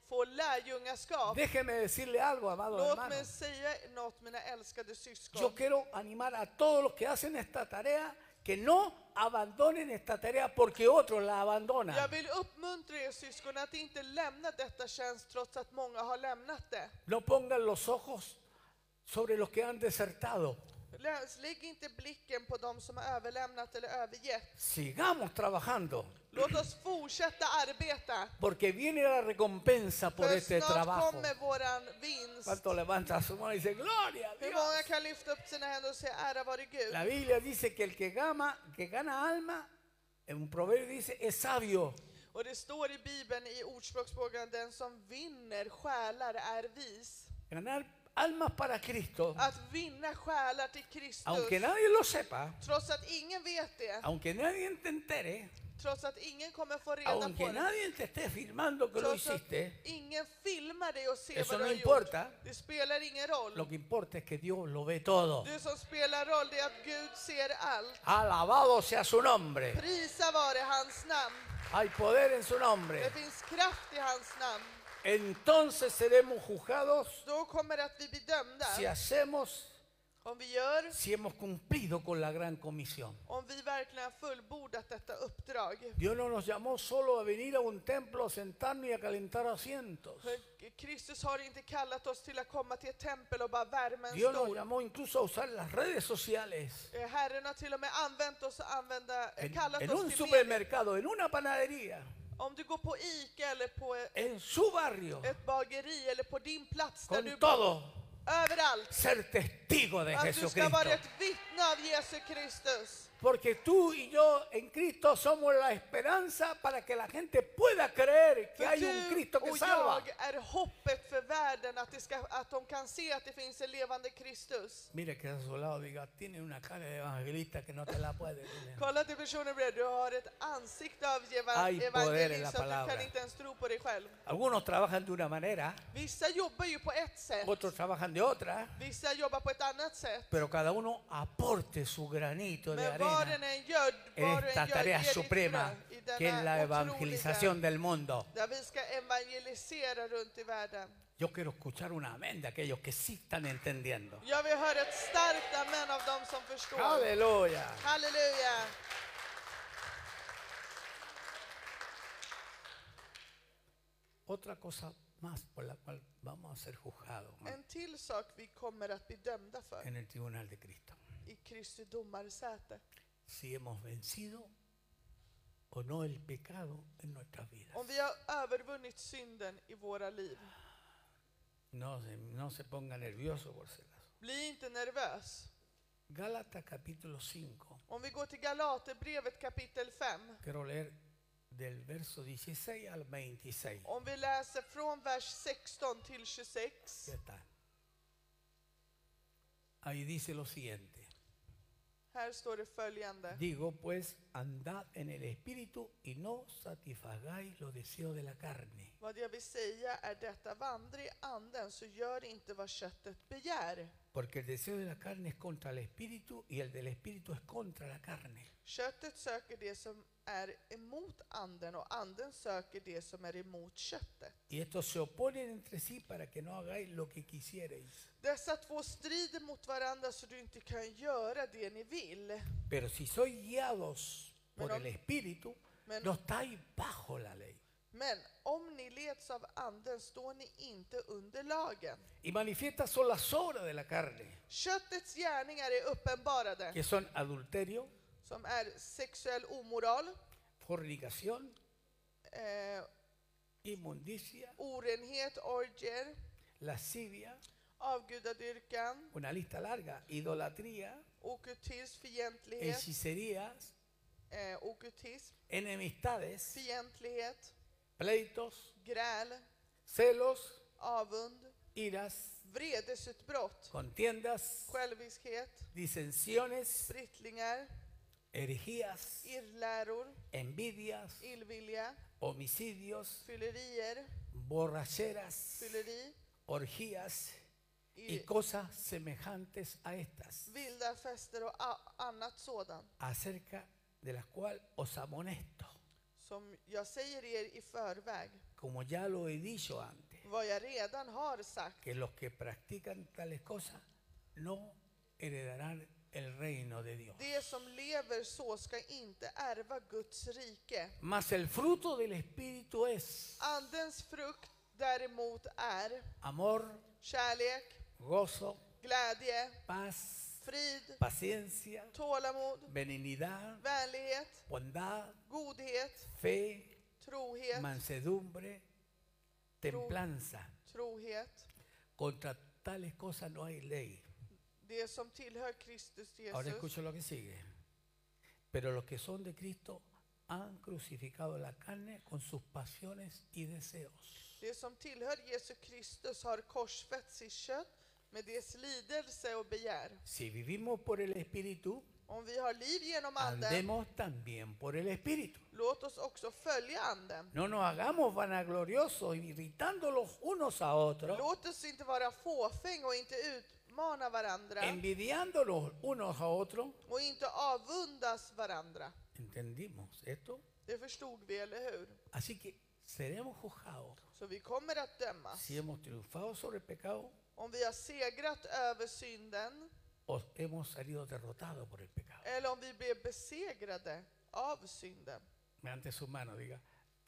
[SPEAKER 2] få lärjungaskap.
[SPEAKER 1] Déjeme decirle algo, amado
[SPEAKER 2] Låt
[SPEAKER 1] hermano.
[SPEAKER 2] mig säga något mina älskade syskon.
[SPEAKER 1] Yo quiero animar a todos los que hacen esta tarea que no abandonen esta tarea porque otros la
[SPEAKER 2] Jag
[SPEAKER 1] abandonan.
[SPEAKER 2] vill uppmuntra er syskon att inte lämna detta tjänst trots att många har lämnat det.
[SPEAKER 1] No pongan los ojos sobre los que han desertado.
[SPEAKER 2] Läs- Lägg inte blicken på dem som har överlämnat eller övergett.
[SPEAKER 1] Sigamos trabajando
[SPEAKER 2] Låt oss fortsätta arbeta.
[SPEAKER 1] porque viene la recompensa por
[SPEAKER 2] För
[SPEAKER 1] este
[SPEAKER 2] snart
[SPEAKER 1] trabajo.
[SPEAKER 2] kommer våran vinst.
[SPEAKER 1] ¿Cuánto levanta su mano y dice, gloria a
[SPEAKER 2] Hur
[SPEAKER 1] Dios?
[SPEAKER 2] många kan lyfta upp sina händer och säga ära vare Gud?
[SPEAKER 1] La Biblia dice que el que, gama, que gana alma, en un proverbio dice, es sabio.
[SPEAKER 2] Och det står i Bibeln i Ordspråksboken, den som vinner själar är vis.
[SPEAKER 1] Ganar almas para Cristo,
[SPEAKER 2] Att vinna själar till Kristus,
[SPEAKER 1] aunque nadie lo sepa,
[SPEAKER 2] trots att ingen vet det,
[SPEAKER 1] aunque nadie te entere,
[SPEAKER 2] trots att ingen kommer få reda på
[SPEAKER 1] aunque
[SPEAKER 2] det,
[SPEAKER 1] nadie te esté firmando que lo
[SPEAKER 2] trots att
[SPEAKER 1] hiciste,
[SPEAKER 2] ingen filmar dig och ser
[SPEAKER 1] Eso
[SPEAKER 2] vad du
[SPEAKER 1] no
[SPEAKER 2] har
[SPEAKER 1] importa.
[SPEAKER 2] gjort. Det spelar ingen roll.
[SPEAKER 1] lo que importa es que Dios lo ve todo.
[SPEAKER 2] Det som spelar roll det är att Gud ser allt.
[SPEAKER 1] Alabado sea su nombre.
[SPEAKER 2] Prisa vare hans namn.
[SPEAKER 1] Hay poder en su
[SPEAKER 2] Det
[SPEAKER 1] nombre.
[SPEAKER 2] finns kraft i hans namn.
[SPEAKER 1] Entonces seremos juzgados
[SPEAKER 2] Då kommer det att vi blir
[SPEAKER 1] si
[SPEAKER 2] dömda
[SPEAKER 1] hacemos,
[SPEAKER 2] om vi gör,
[SPEAKER 1] si hemos cumplido con la gran comisión.
[SPEAKER 2] om vi verkligen har fullbordat detta uppdrag.
[SPEAKER 1] Dios no nos llamó solo a venir a un templo, a sentarnos y a calentar asientos.
[SPEAKER 2] För Kristus har inte kallat oss till att komma till ett tempel och bara värma en
[SPEAKER 1] Dios nos
[SPEAKER 2] stol.
[SPEAKER 1] llamó incluso a usar las redes sociales.
[SPEAKER 2] Eh, Herren har till och med använt oss och använda, eh,
[SPEAKER 1] En,
[SPEAKER 2] kallat
[SPEAKER 1] en
[SPEAKER 2] oss
[SPEAKER 1] un
[SPEAKER 2] till med-
[SPEAKER 1] supermercado, en una panadería,
[SPEAKER 2] Om du går på Ica eller på eh,
[SPEAKER 1] en su barrio,
[SPEAKER 2] ett bageri eller på din plats där du
[SPEAKER 1] con todo,
[SPEAKER 2] Överallt
[SPEAKER 1] ser testigo de
[SPEAKER 2] Att du ska
[SPEAKER 1] Jesucristo.
[SPEAKER 2] vara ett vittne av Jesu Kristus.
[SPEAKER 1] Porque tú y yo en Cristo somos la esperanza para que la gente pueda creer que
[SPEAKER 2] För
[SPEAKER 1] hay un
[SPEAKER 2] du
[SPEAKER 1] Cristo que
[SPEAKER 2] och
[SPEAKER 1] salva.
[SPEAKER 2] jag är hoppet för världen, att, det ska, att de kan se att det finns en levande Kristus.
[SPEAKER 1] Mire que a su lado diga, tiene una cara de evangelista que no te la puede tener.
[SPEAKER 2] Kolla till personen bredvid, du har ett ansikte av eva-
[SPEAKER 1] Ay, poder en la
[SPEAKER 2] evangelist, så att du
[SPEAKER 1] palabra.
[SPEAKER 2] kan inte ens tro på dig själv.
[SPEAKER 1] Algunos trabajan de una manera,
[SPEAKER 2] Vissa jobbar ju på ett sätt,
[SPEAKER 1] otros trabajan de otra,
[SPEAKER 2] vissa jobbar på ett annat sätt.
[SPEAKER 1] pero cada uno aporte su granito de
[SPEAKER 2] Men vad den
[SPEAKER 1] arena
[SPEAKER 2] än gör,
[SPEAKER 1] en
[SPEAKER 2] vad du
[SPEAKER 1] esta
[SPEAKER 2] än gör,
[SPEAKER 1] tarea
[SPEAKER 2] ger ditt
[SPEAKER 1] suprema que
[SPEAKER 2] bröd i
[SPEAKER 1] es la
[SPEAKER 2] denna
[SPEAKER 1] evangelización
[SPEAKER 2] otroliga,
[SPEAKER 1] del mundo.
[SPEAKER 2] där vi ska evangelisera runt i världen.
[SPEAKER 1] Yo quiero escuchar un amén de aquellos que sí están entendiendo.
[SPEAKER 2] Jag vill höra ett starkt amen av dem som förstår.
[SPEAKER 1] Aleluya.
[SPEAKER 2] Halleluja!
[SPEAKER 1] Otra cosa más por la cual vamos a ser juzgados hermano,
[SPEAKER 2] En till sak vi kommer att bli dömda för
[SPEAKER 1] en el tribunal de Cristo.
[SPEAKER 2] i Kristi domarsäte.
[SPEAKER 1] Si hemos vencido o no el pecado en nuestras vidas.
[SPEAKER 2] Om vi har övervunnit synden i våra liv.
[SPEAKER 1] No, se- no se ponga nervioso por ser así.
[SPEAKER 2] Bli inte nervös.
[SPEAKER 1] Gálatas capítulo 5.
[SPEAKER 2] Om vi går till Galaterbrevet kapitel 5.
[SPEAKER 1] Quiero leer del verso 16 al 26.
[SPEAKER 2] Om vi läser från vers 16 till 26.
[SPEAKER 1] Ya está. Ahí dice lo siguiente.
[SPEAKER 2] Här står det följande.
[SPEAKER 1] Digo pues, andad en el espíritu y no satisfagáis los deseos de la carne.
[SPEAKER 2] Vad jag vill säga är detta, vandra i anden så gör inte vad köttet begär.
[SPEAKER 1] Porque el deseo de la carne es contra el espíritu y el del espíritu es contra la carne.
[SPEAKER 2] Köttet söker det som är emot anden och anden söker det som är emot köttet.
[SPEAKER 1] Y estos se oponen entre sí para que no hagáis lo que quisierais.
[SPEAKER 2] Dessa två strider mot varandra så du inte kan göra det ni vill.
[SPEAKER 1] Pero si sois guiados por
[SPEAKER 2] Pero-
[SPEAKER 1] el espíritu,
[SPEAKER 2] men-
[SPEAKER 1] no estáis bajo la ley.
[SPEAKER 2] Men om ni leds av anden står ni inte under lagen.
[SPEAKER 1] Y manifiestas son las obras de la carne,
[SPEAKER 2] Köttets gärningar är uppenbarade,
[SPEAKER 1] que son adulterio,
[SPEAKER 2] som är sexuell omoral,
[SPEAKER 1] fornicación,
[SPEAKER 2] eh,
[SPEAKER 1] inmundicia,
[SPEAKER 2] orenhet, orger,
[SPEAKER 1] lascivia,
[SPEAKER 2] avgudadyrkan,
[SPEAKER 1] una lista larga, idolatría,
[SPEAKER 2] okultism, fientlighet,
[SPEAKER 1] hechicerías,
[SPEAKER 2] eh, okultism,
[SPEAKER 1] enemistades,
[SPEAKER 2] fientlighet,
[SPEAKER 1] pleitos,
[SPEAKER 2] gräl,
[SPEAKER 1] celos,
[SPEAKER 2] avund,
[SPEAKER 1] iras,
[SPEAKER 2] vredesutbrott,
[SPEAKER 1] contiendas,
[SPEAKER 2] själviskhet,
[SPEAKER 1] disensiones,
[SPEAKER 2] brittlingar,
[SPEAKER 1] herejías,
[SPEAKER 2] irrläror,
[SPEAKER 1] envidias,
[SPEAKER 2] illvilja,
[SPEAKER 1] homicidios,
[SPEAKER 2] fyllerier,
[SPEAKER 1] borracheras,
[SPEAKER 2] fylleri,
[SPEAKER 1] orgías y
[SPEAKER 2] i
[SPEAKER 1] cosas semejantes a estas,
[SPEAKER 2] vilda fester och a- annat sådant.
[SPEAKER 1] acerca de las cuales os amonesto,
[SPEAKER 2] Som jag säger er i förväg,
[SPEAKER 1] como ya lo he dicho antes,
[SPEAKER 2] vad jag redan har sagt,
[SPEAKER 1] que los que practican tales cosas no heredarán el reino de Dios.
[SPEAKER 2] det som lever så ska inte ärva Guds rike.
[SPEAKER 1] Mas el fruto del Espíritu es
[SPEAKER 2] Andens frukt däremot är
[SPEAKER 1] amor,
[SPEAKER 2] kärlek,
[SPEAKER 1] gozo,
[SPEAKER 2] glädje,
[SPEAKER 1] paz,
[SPEAKER 2] frid,
[SPEAKER 1] paciencia,
[SPEAKER 2] tålamod,
[SPEAKER 1] benignidad,
[SPEAKER 2] vänlighet,
[SPEAKER 1] bondad,
[SPEAKER 2] godhet,
[SPEAKER 1] fe,
[SPEAKER 2] trohet,
[SPEAKER 1] mansedumbre, templanza.
[SPEAKER 2] trohet.
[SPEAKER 1] Contra tales cosas no hay ley.
[SPEAKER 2] Det som tillhör Kristus
[SPEAKER 1] Ahora
[SPEAKER 2] Jesus.
[SPEAKER 1] escucho lo que sigue. Pero los que son de Cristo han crucificado la carne con sus pasiones y deseos.
[SPEAKER 2] Det som tillhör Jesus Kristus har korsfäst sitt kött med dess lidelse och begär.
[SPEAKER 1] Si vivimos por el Espíritu,
[SPEAKER 2] Om vi har liv genom Anden,
[SPEAKER 1] andemos también por el Espíritu.
[SPEAKER 2] låt oss också följa Anden.
[SPEAKER 1] No nos hagamos vanagloriosos, irritando los unos a otros,
[SPEAKER 2] Låt oss inte vara fåfäng och inte utmana varandra
[SPEAKER 1] envidiándonos unos a otros.
[SPEAKER 2] och inte avundas varandra.
[SPEAKER 1] ¿Entendimos esto?
[SPEAKER 2] Det förstod vi, eller hur?
[SPEAKER 1] Así que seremos juzgados
[SPEAKER 2] Så vi kommer att dömas.
[SPEAKER 1] si hemos triunfado sobre el pecado
[SPEAKER 2] Om vi har segrat över synden
[SPEAKER 1] o hemos salido derrotados por el pecado.
[SPEAKER 2] eller om vi blev besegrade av synden.
[SPEAKER 1] Ante su mano, diga,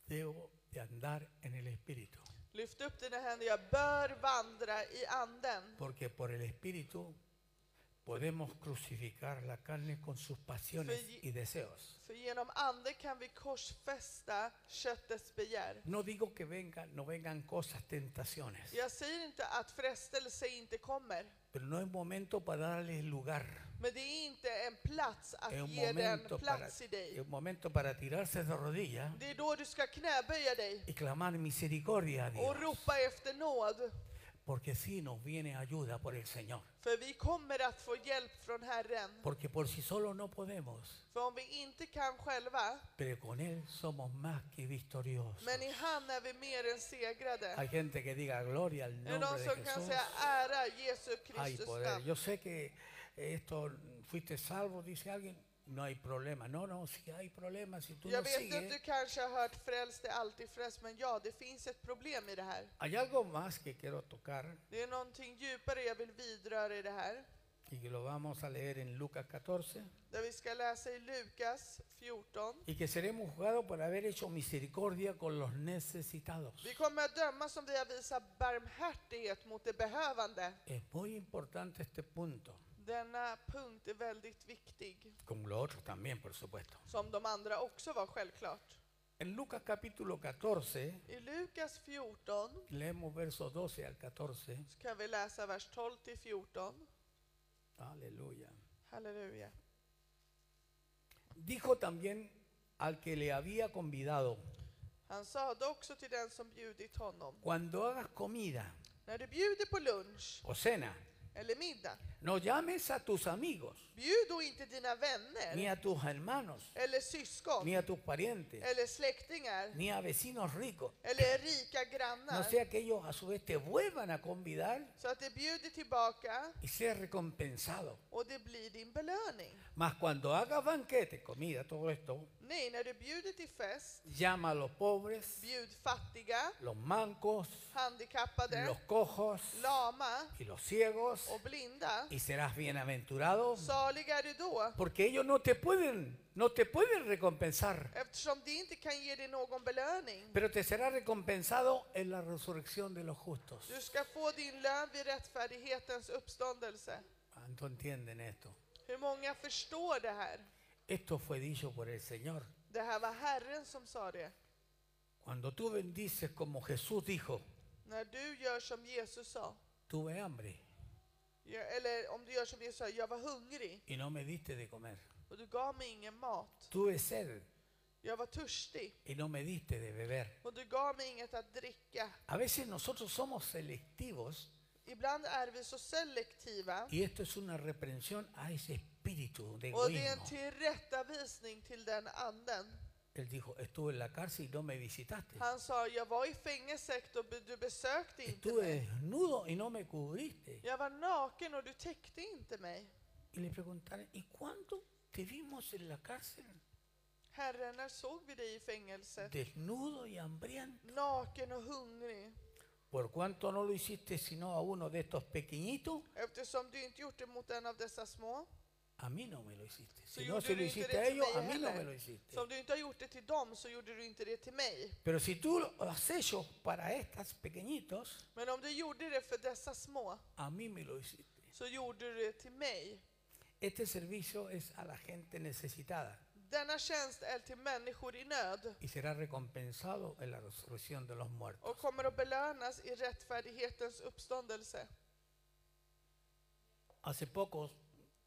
[SPEAKER 1] debo de andar en el Espíritu,
[SPEAKER 2] Lyft upp dina händer, jag bör vandra i anden.
[SPEAKER 1] porque por el Espíritu podemos crucificar la carne con sus pasiones
[SPEAKER 2] Fue-
[SPEAKER 1] y deseos.
[SPEAKER 2] För genom ande kan vi korsfästa köttets begär.
[SPEAKER 1] No digo que vengan, no vengan cosas, tentaciones,
[SPEAKER 2] Jag säger inte att frestelse inte kommer,
[SPEAKER 1] pero no es momento para darles lugar.
[SPEAKER 2] men det är inte en plats att
[SPEAKER 1] Es un
[SPEAKER 2] ge den
[SPEAKER 1] momento para,
[SPEAKER 2] plats i
[SPEAKER 1] es
[SPEAKER 2] dig.
[SPEAKER 1] un momento para tirarse de rodillas
[SPEAKER 2] Det är då du ska knäböja dig
[SPEAKER 1] y clamar misericordia a
[SPEAKER 2] och
[SPEAKER 1] Dios,
[SPEAKER 2] ropa efter nåd,
[SPEAKER 1] porque si nos viene ayuda por el Señor.
[SPEAKER 2] för vi kommer att få hjälp från Herren.
[SPEAKER 1] Porque por sí solo no podemos,
[SPEAKER 2] För om vi inte kan själva,
[SPEAKER 1] pero con Él somos más que victoriosos.
[SPEAKER 2] men i han är vi mer än
[SPEAKER 1] Hay
[SPEAKER 2] segrade.
[SPEAKER 1] gente que diga gloria al
[SPEAKER 2] Är det
[SPEAKER 1] nombre
[SPEAKER 2] någon
[SPEAKER 1] de
[SPEAKER 2] som kan
[SPEAKER 1] Jesús.
[SPEAKER 2] säga ära Jesu
[SPEAKER 1] Hay
[SPEAKER 2] Kristus
[SPEAKER 1] poder.
[SPEAKER 2] namn?
[SPEAKER 1] Yo sé que esto fuiste salvo, dice alguien. No hay problema. No, no, si hay problema, si tú no
[SPEAKER 2] Jag vet att du
[SPEAKER 1] sigues.
[SPEAKER 2] kanske har hört frälst är alltid frälst, men ja, det finns ett problem i det här.
[SPEAKER 1] Hay algo más que quiero tocar
[SPEAKER 2] Det är någonting djupare jag vill vidröra i det här.
[SPEAKER 1] y que lo vamos a leer en Lucas 14
[SPEAKER 2] Där vi ska läsa i Lukas 14.
[SPEAKER 1] y que seremos juzgados por haber hecho misericordia con los necesitados.
[SPEAKER 2] Vi kommer att dömas om vi har visat barmhärtighet mot de behövande.
[SPEAKER 1] Es muy importante este punto,
[SPEAKER 2] Denna punkt är väldigt viktig,
[SPEAKER 1] como lo otro también, por supuesto.
[SPEAKER 2] som de andra också var självklart.
[SPEAKER 1] En Lucas capítulo 14
[SPEAKER 2] I Lukas 14
[SPEAKER 1] Leemos versos 12 al 14.
[SPEAKER 2] så kan vi läsa vers 12 till 14.
[SPEAKER 1] Aleluya.
[SPEAKER 2] Halleluja.
[SPEAKER 1] Dijo también al que le había convidado,
[SPEAKER 2] Han sade också till den som bjudit honom,
[SPEAKER 1] cuando hagas comida
[SPEAKER 2] när du bjuder på lunch
[SPEAKER 1] o cena,
[SPEAKER 2] eller middag,
[SPEAKER 1] no llames a tus amigos,
[SPEAKER 2] bjud då inte dina
[SPEAKER 1] ni
[SPEAKER 2] vänner
[SPEAKER 1] a tus hermanos,
[SPEAKER 2] eller syskon
[SPEAKER 1] ni a tus parientes,
[SPEAKER 2] eller släktingar
[SPEAKER 1] ni a vecinos ricos.
[SPEAKER 2] eller rika
[SPEAKER 1] No
[SPEAKER 2] grannar.
[SPEAKER 1] sea que ellos a su vez te vuelvan a convidar
[SPEAKER 2] Så att det bjuder tillbaka
[SPEAKER 1] y seas recompensado.
[SPEAKER 2] och det blir din belöning.
[SPEAKER 1] Mas cuando hagas banquete, comida, todo esto,
[SPEAKER 2] Nej, när du bjuder till fest,
[SPEAKER 1] llama a los pobres,
[SPEAKER 2] bjud fattiga,
[SPEAKER 1] los mancos, los
[SPEAKER 2] handikappade,
[SPEAKER 1] cojos
[SPEAKER 2] lama
[SPEAKER 1] y los ciegos
[SPEAKER 2] och blinda.
[SPEAKER 1] y serás bienaventurado
[SPEAKER 2] Salig är du då,
[SPEAKER 1] porque ellos no te pueden no te pueden recompensar
[SPEAKER 2] eftersom det inte kan ge dig någon belöning.
[SPEAKER 1] pero te será recompensado en la resurrección de los justos
[SPEAKER 2] Du ska få din lön vid rättfärdighetens uppståndelse.
[SPEAKER 1] ¿cuánto entienden esto?
[SPEAKER 2] Hur många förstår det här?
[SPEAKER 1] esto fue dicho por el Señor
[SPEAKER 2] Det här var Herren som sa det.
[SPEAKER 1] cuando tú bendices como Jesús dijo
[SPEAKER 2] När du gör som Jesus sa,
[SPEAKER 1] tuve hambre
[SPEAKER 2] Ja, eller om du gör som Jesus sa, jag var hungrig
[SPEAKER 1] y no me diste de comer
[SPEAKER 2] och du gav mig ingen mat.
[SPEAKER 1] tuve sed
[SPEAKER 2] Jag var törstig
[SPEAKER 1] y no me diste de beber
[SPEAKER 2] och du gav mig inget att dricka.
[SPEAKER 1] a veces nosotros somos selectivos
[SPEAKER 2] Ibland är vi så selektiva
[SPEAKER 1] y esto es una reprensión a ese espíritu de
[SPEAKER 2] och det är
[SPEAKER 1] egoísmo
[SPEAKER 2] en tillrättavisning till den anden.
[SPEAKER 1] él dijo estuve en la cárcel y no me visitaste
[SPEAKER 2] Han sa, jag var i fängelset och be- du besökte inte
[SPEAKER 1] Estuve
[SPEAKER 2] mig.
[SPEAKER 1] desnudo y no me cubriste.
[SPEAKER 2] Jag var naken och du täckte inte mig.
[SPEAKER 1] Y le preguntaron, ¿y cuándo te vimos en la cárcel?
[SPEAKER 2] Herre, när såg vi dig i fängelset?
[SPEAKER 1] Desnudo y hambriento.
[SPEAKER 2] Naken och hungrig.
[SPEAKER 1] ¿Por cuánto no lo hiciste sino a uno de estos pequeñitos?
[SPEAKER 2] Eftersom du inte gjort det mot en av dessa små,
[SPEAKER 1] A mí no me lo hiciste. Si
[SPEAKER 2] så
[SPEAKER 1] no
[SPEAKER 2] gjorde
[SPEAKER 1] se
[SPEAKER 2] du
[SPEAKER 1] lo
[SPEAKER 2] inte det
[SPEAKER 1] hiciste a
[SPEAKER 2] till
[SPEAKER 1] ellos, a
[SPEAKER 2] mig
[SPEAKER 1] mí no me lo
[SPEAKER 2] heller.
[SPEAKER 1] hiciste.
[SPEAKER 2] Så om du inte har gjort det till dem så gjorde du inte det till mig.
[SPEAKER 1] Pero si tú lo has hecho para estos pequeñitos,
[SPEAKER 2] Men om du gjorde det för dessa små
[SPEAKER 1] a mí me lo hiciste.
[SPEAKER 2] så gjorde du det till mig.
[SPEAKER 1] Este servicio es a la gente necesitada
[SPEAKER 2] Denna tjänst är till människor i nöd
[SPEAKER 1] y será recompensado en la resurrección de los muertos.
[SPEAKER 2] och kommer att belönas i rättfärdighetens uppståndelse.
[SPEAKER 1] Hace pocos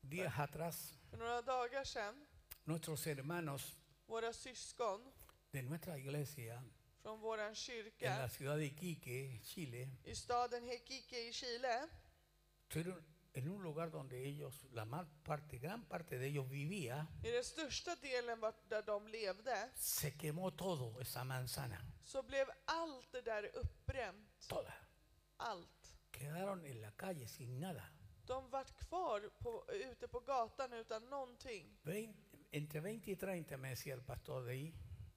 [SPEAKER 1] días atrás,
[SPEAKER 2] För några dagar sedan,
[SPEAKER 1] nuestros hermanos
[SPEAKER 2] våra syskon
[SPEAKER 1] de nuestra iglesia
[SPEAKER 2] från vår
[SPEAKER 1] en la
[SPEAKER 2] kyrka
[SPEAKER 1] ciudad de Iquique, Chile,
[SPEAKER 2] i staden Hekike i Chile
[SPEAKER 1] estuvieron en un lugar donde ellos, la mar- parte, gran parte de ellos vivía,
[SPEAKER 2] i den största delen vart där de levde
[SPEAKER 1] se quemó todo esa manzana,
[SPEAKER 2] så blev allt det där uppbränt.
[SPEAKER 1] toda.
[SPEAKER 2] Allt.
[SPEAKER 1] Quedaron en la calle sin nada.
[SPEAKER 2] De vart kvar på, ute på gatan utan någonting.
[SPEAKER 1] Vein- entre 20 y 30 me decía el pastor de ahí,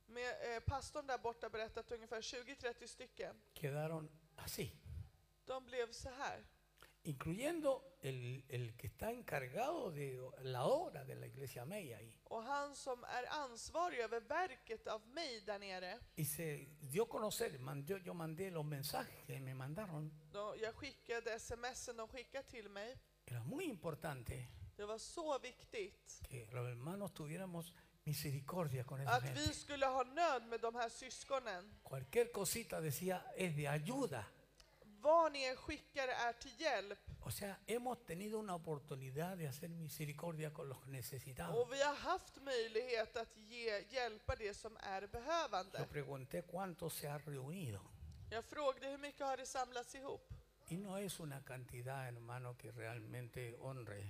[SPEAKER 2] Med, eh, pastorn där borta berättade att ungefär 20-30 stycken,
[SPEAKER 1] quedaron así,
[SPEAKER 2] de blev så här.
[SPEAKER 1] incluyendo el, el que está encargado de la obra de la iglesia Meia ahí.
[SPEAKER 2] Och han som är ansvarig över verket av mig där nere,
[SPEAKER 1] Y se dio a conocer, mandó- yo mandé los mensajes que me mandaron
[SPEAKER 2] då jag skickade smsen de skickade till mig,
[SPEAKER 1] Era muy importante
[SPEAKER 2] Det var så viktigt
[SPEAKER 1] que los hermanos tuviéramos misericordia con esa
[SPEAKER 2] att vi
[SPEAKER 1] gente.
[SPEAKER 2] skulle ha nöd med de här syskonen.
[SPEAKER 1] Cualquier cosita decía es de ayuda.
[SPEAKER 2] Vad ni än skickar är till hjälp.
[SPEAKER 1] O sea, hemos tenido una oportunidad de hacer misericordia con los necesitados.
[SPEAKER 2] Och vi har haft möjlighet att ge, hjälpa det som är behövande.
[SPEAKER 1] Yo pregunté cuánto se ha reunido.
[SPEAKER 2] Jag frågade hur mycket har det samlats ihop?
[SPEAKER 1] Y no es una cantidad, hermano, que realmente honre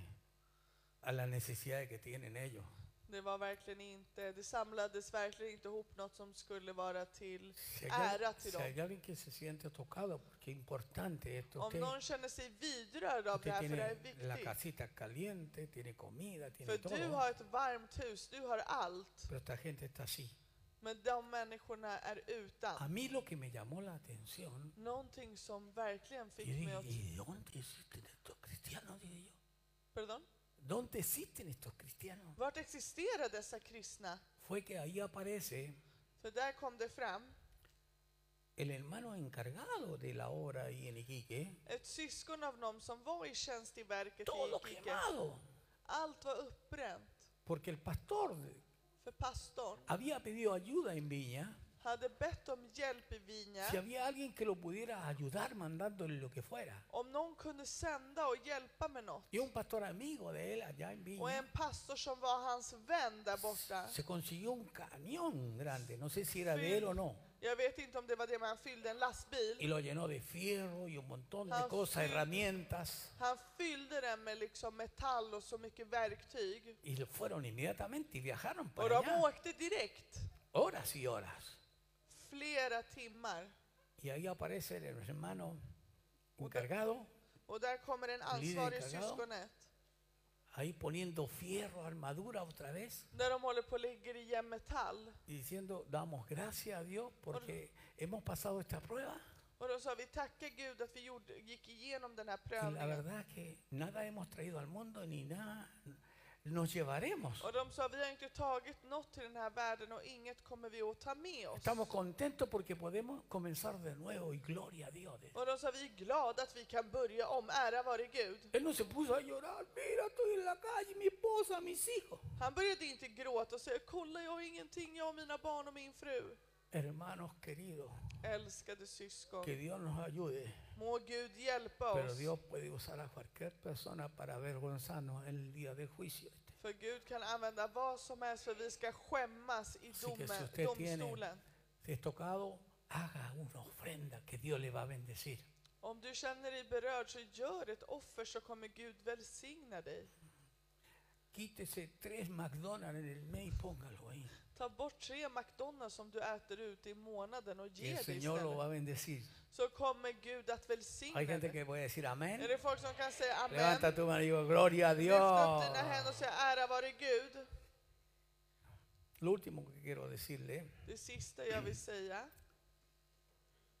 [SPEAKER 1] a la necesidad que tienen ellos.
[SPEAKER 2] Det var verkligen inte, det samlades verkligen inte ihop något som skulle vara till
[SPEAKER 1] Si hay,
[SPEAKER 2] ära
[SPEAKER 1] al-
[SPEAKER 2] till
[SPEAKER 1] si hay
[SPEAKER 2] dem.
[SPEAKER 1] alguien que se siente tocado, porque es importante esto.
[SPEAKER 2] Om
[SPEAKER 1] Usted,
[SPEAKER 2] någon känner sig vidrörd av
[SPEAKER 1] usted
[SPEAKER 2] det här, för det här är
[SPEAKER 1] tiene la
[SPEAKER 2] viktigt.
[SPEAKER 1] casita caliente, tiene comida, tiene
[SPEAKER 2] För du
[SPEAKER 1] todo.
[SPEAKER 2] har ett varmt hus, du har allt.
[SPEAKER 1] Pero esta gente está así.
[SPEAKER 2] Men de människorna är
[SPEAKER 1] A
[SPEAKER 2] utan.
[SPEAKER 1] mí lo que me llamó la atención,
[SPEAKER 2] Någonting som verkligen
[SPEAKER 1] y,
[SPEAKER 2] fick mig
[SPEAKER 1] yo
[SPEAKER 2] att...
[SPEAKER 1] dije, ¿y dónde existen estos cristianos? Dije yo.
[SPEAKER 2] Pardon?
[SPEAKER 1] ¿Dónde existen estos cristianos?
[SPEAKER 2] Vart existerar dessa kristna?
[SPEAKER 1] Fue que ahí aparece
[SPEAKER 2] För där kom det fram
[SPEAKER 1] el hermano encargado de la obra ahí en Iquique,
[SPEAKER 2] ett syskon av någon som var i tjänst i verket
[SPEAKER 1] todo
[SPEAKER 2] i Iquique.
[SPEAKER 1] quemado.
[SPEAKER 2] Allt var uppbränt.
[SPEAKER 1] Porque el pastor de-
[SPEAKER 2] För pastorn
[SPEAKER 1] había pedido ayuda en Viña.
[SPEAKER 2] hade bett om hjälp i Vinja.
[SPEAKER 1] Si había alguien que lo pudiera ayudar mandándole lo que fuera.
[SPEAKER 2] Om någon kunde sända och hjälpa med något.
[SPEAKER 1] Y un pastor amigo de él allá en
[SPEAKER 2] Och
[SPEAKER 1] Viña
[SPEAKER 2] en pastor som var hans vän där borta.
[SPEAKER 1] se consiguió un camión grande, no sé si era de él o no,
[SPEAKER 2] Jag vet inte om det var det man fyllde en
[SPEAKER 1] y
[SPEAKER 2] lastbil.
[SPEAKER 1] lo llenó de fierro y un montón de
[SPEAKER 2] Ah,
[SPEAKER 1] cosas,
[SPEAKER 2] sí.
[SPEAKER 1] herramientas,
[SPEAKER 2] Han fyllde den med liksom metall och så mycket verktyg.
[SPEAKER 1] y lo fueron inmediatamente y viajaron
[SPEAKER 2] Och
[SPEAKER 1] para
[SPEAKER 2] de
[SPEAKER 1] allá
[SPEAKER 2] åkte direkt.
[SPEAKER 1] horas y horas.
[SPEAKER 2] Flera timmar.
[SPEAKER 1] Y ahí aparece el hermano encargado,
[SPEAKER 2] Och där kommer en ansvarig syskonet.
[SPEAKER 1] ahí poniendo fierro, armadura otra vez,
[SPEAKER 2] Där de håller på och lägger igen metall.
[SPEAKER 1] y diciendo, damos gracias a Dios porque hemos pasado esta prueba.
[SPEAKER 2] Och då sa vi tacka Gud att vi gjorde, gick igenom den här
[SPEAKER 1] Y la
[SPEAKER 2] prövningen.
[SPEAKER 1] verdad que nada hemos traído al mundo ni nada nos llevaremos.
[SPEAKER 2] Och de sa vi har inte tagit något till den här världen och inget kommer vi att ta med oss.
[SPEAKER 1] Estamos contentos porque podemos comenzar de nuevo y gloria a Dios.
[SPEAKER 2] Och de sa vi är glada att vi kan börja om, ära vare Gud.
[SPEAKER 1] Él no se puso a llorar, mira, estoy en la calle, mi esposa, mis hijos.
[SPEAKER 2] Han började inte gråta och säga kolla jag har ingenting, jag och mina barn och min fru.
[SPEAKER 1] Hermanos queridos,
[SPEAKER 2] Älskade syskon,
[SPEAKER 1] que Dios nos ayude,
[SPEAKER 2] må Gud hjälpa
[SPEAKER 1] pero
[SPEAKER 2] oss.
[SPEAKER 1] Dios puede usar a cualquier persona para avergonzarnos en el día del juicio. este.
[SPEAKER 2] För Gud kan använda vad som helst för vi ska skämmas i
[SPEAKER 1] Así que si
[SPEAKER 2] domen,
[SPEAKER 1] usted tiene,
[SPEAKER 2] domstolen.
[SPEAKER 1] si es tocado, haga una ofrenda que Dios le va a bendecir.
[SPEAKER 2] Om du känner dig berörd så gör ett offer så kommer Gud välsigna dig.
[SPEAKER 1] Quítese tres McDonald's en el mes y póngalo ahí.
[SPEAKER 2] Ta bort tre McDonalds som du äter ute i månaden och
[SPEAKER 1] Y
[SPEAKER 2] ge
[SPEAKER 1] el
[SPEAKER 2] dig
[SPEAKER 1] Señor lo va
[SPEAKER 2] istället.
[SPEAKER 1] a bendecir.
[SPEAKER 2] Så kommer Gud att välsigna
[SPEAKER 1] Hay gente
[SPEAKER 2] dig.
[SPEAKER 1] que puede decir amén.
[SPEAKER 2] Är det folk som kan säga amen?
[SPEAKER 1] Levanta tu mano y digo, gloria a
[SPEAKER 2] Lyft
[SPEAKER 1] Dios.
[SPEAKER 2] upp dina händer och säg ära vare Gud.
[SPEAKER 1] Lo último que quiero decirle,
[SPEAKER 2] Det sista jag vill säga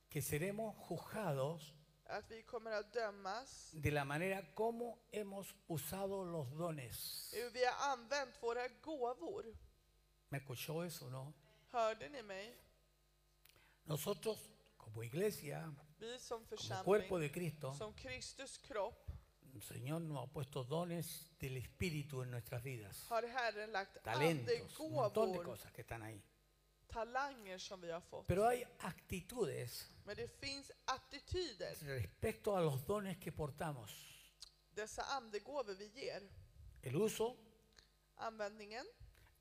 [SPEAKER 1] que seremos juzgados
[SPEAKER 2] är att vi kommer att dömas
[SPEAKER 1] de la manera como hemos usado los dones.
[SPEAKER 2] hur Eh, vi har använt våra gåvor.
[SPEAKER 1] ¿Me escuchó eso, no?
[SPEAKER 2] Hörde ni mig?
[SPEAKER 1] Nosotros, como iglesia,
[SPEAKER 2] Vi som
[SPEAKER 1] como cuerpo
[SPEAKER 2] församling,
[SPEAKER 1] de Cristo,
[SPEAKER 2] som Kristus kropp,
[SPEAKER 1] el Señor nos ha puesto dones del Espíritu en nuestras vidas.
[SPEAKER 2] har Herren lagt
[SPEAKER 1] Talentos, un montón Ah, de
[SPEAKER 2] andegåvor,
[SPEAKER 1] cosas que están ahí.
[SPEAKER 2] talanger som vi har fått.
[SPEAKER 1] Pero hay actitudes
[SPEAKER 2] Men det finns attityder,
[SPEAKER 1] respecto a los dones que portamos.
[SPEAKER 2] dessa andegåvor vi ger.
[SPEAKER 1] El uso,
[SPEAKER 2] Användningen,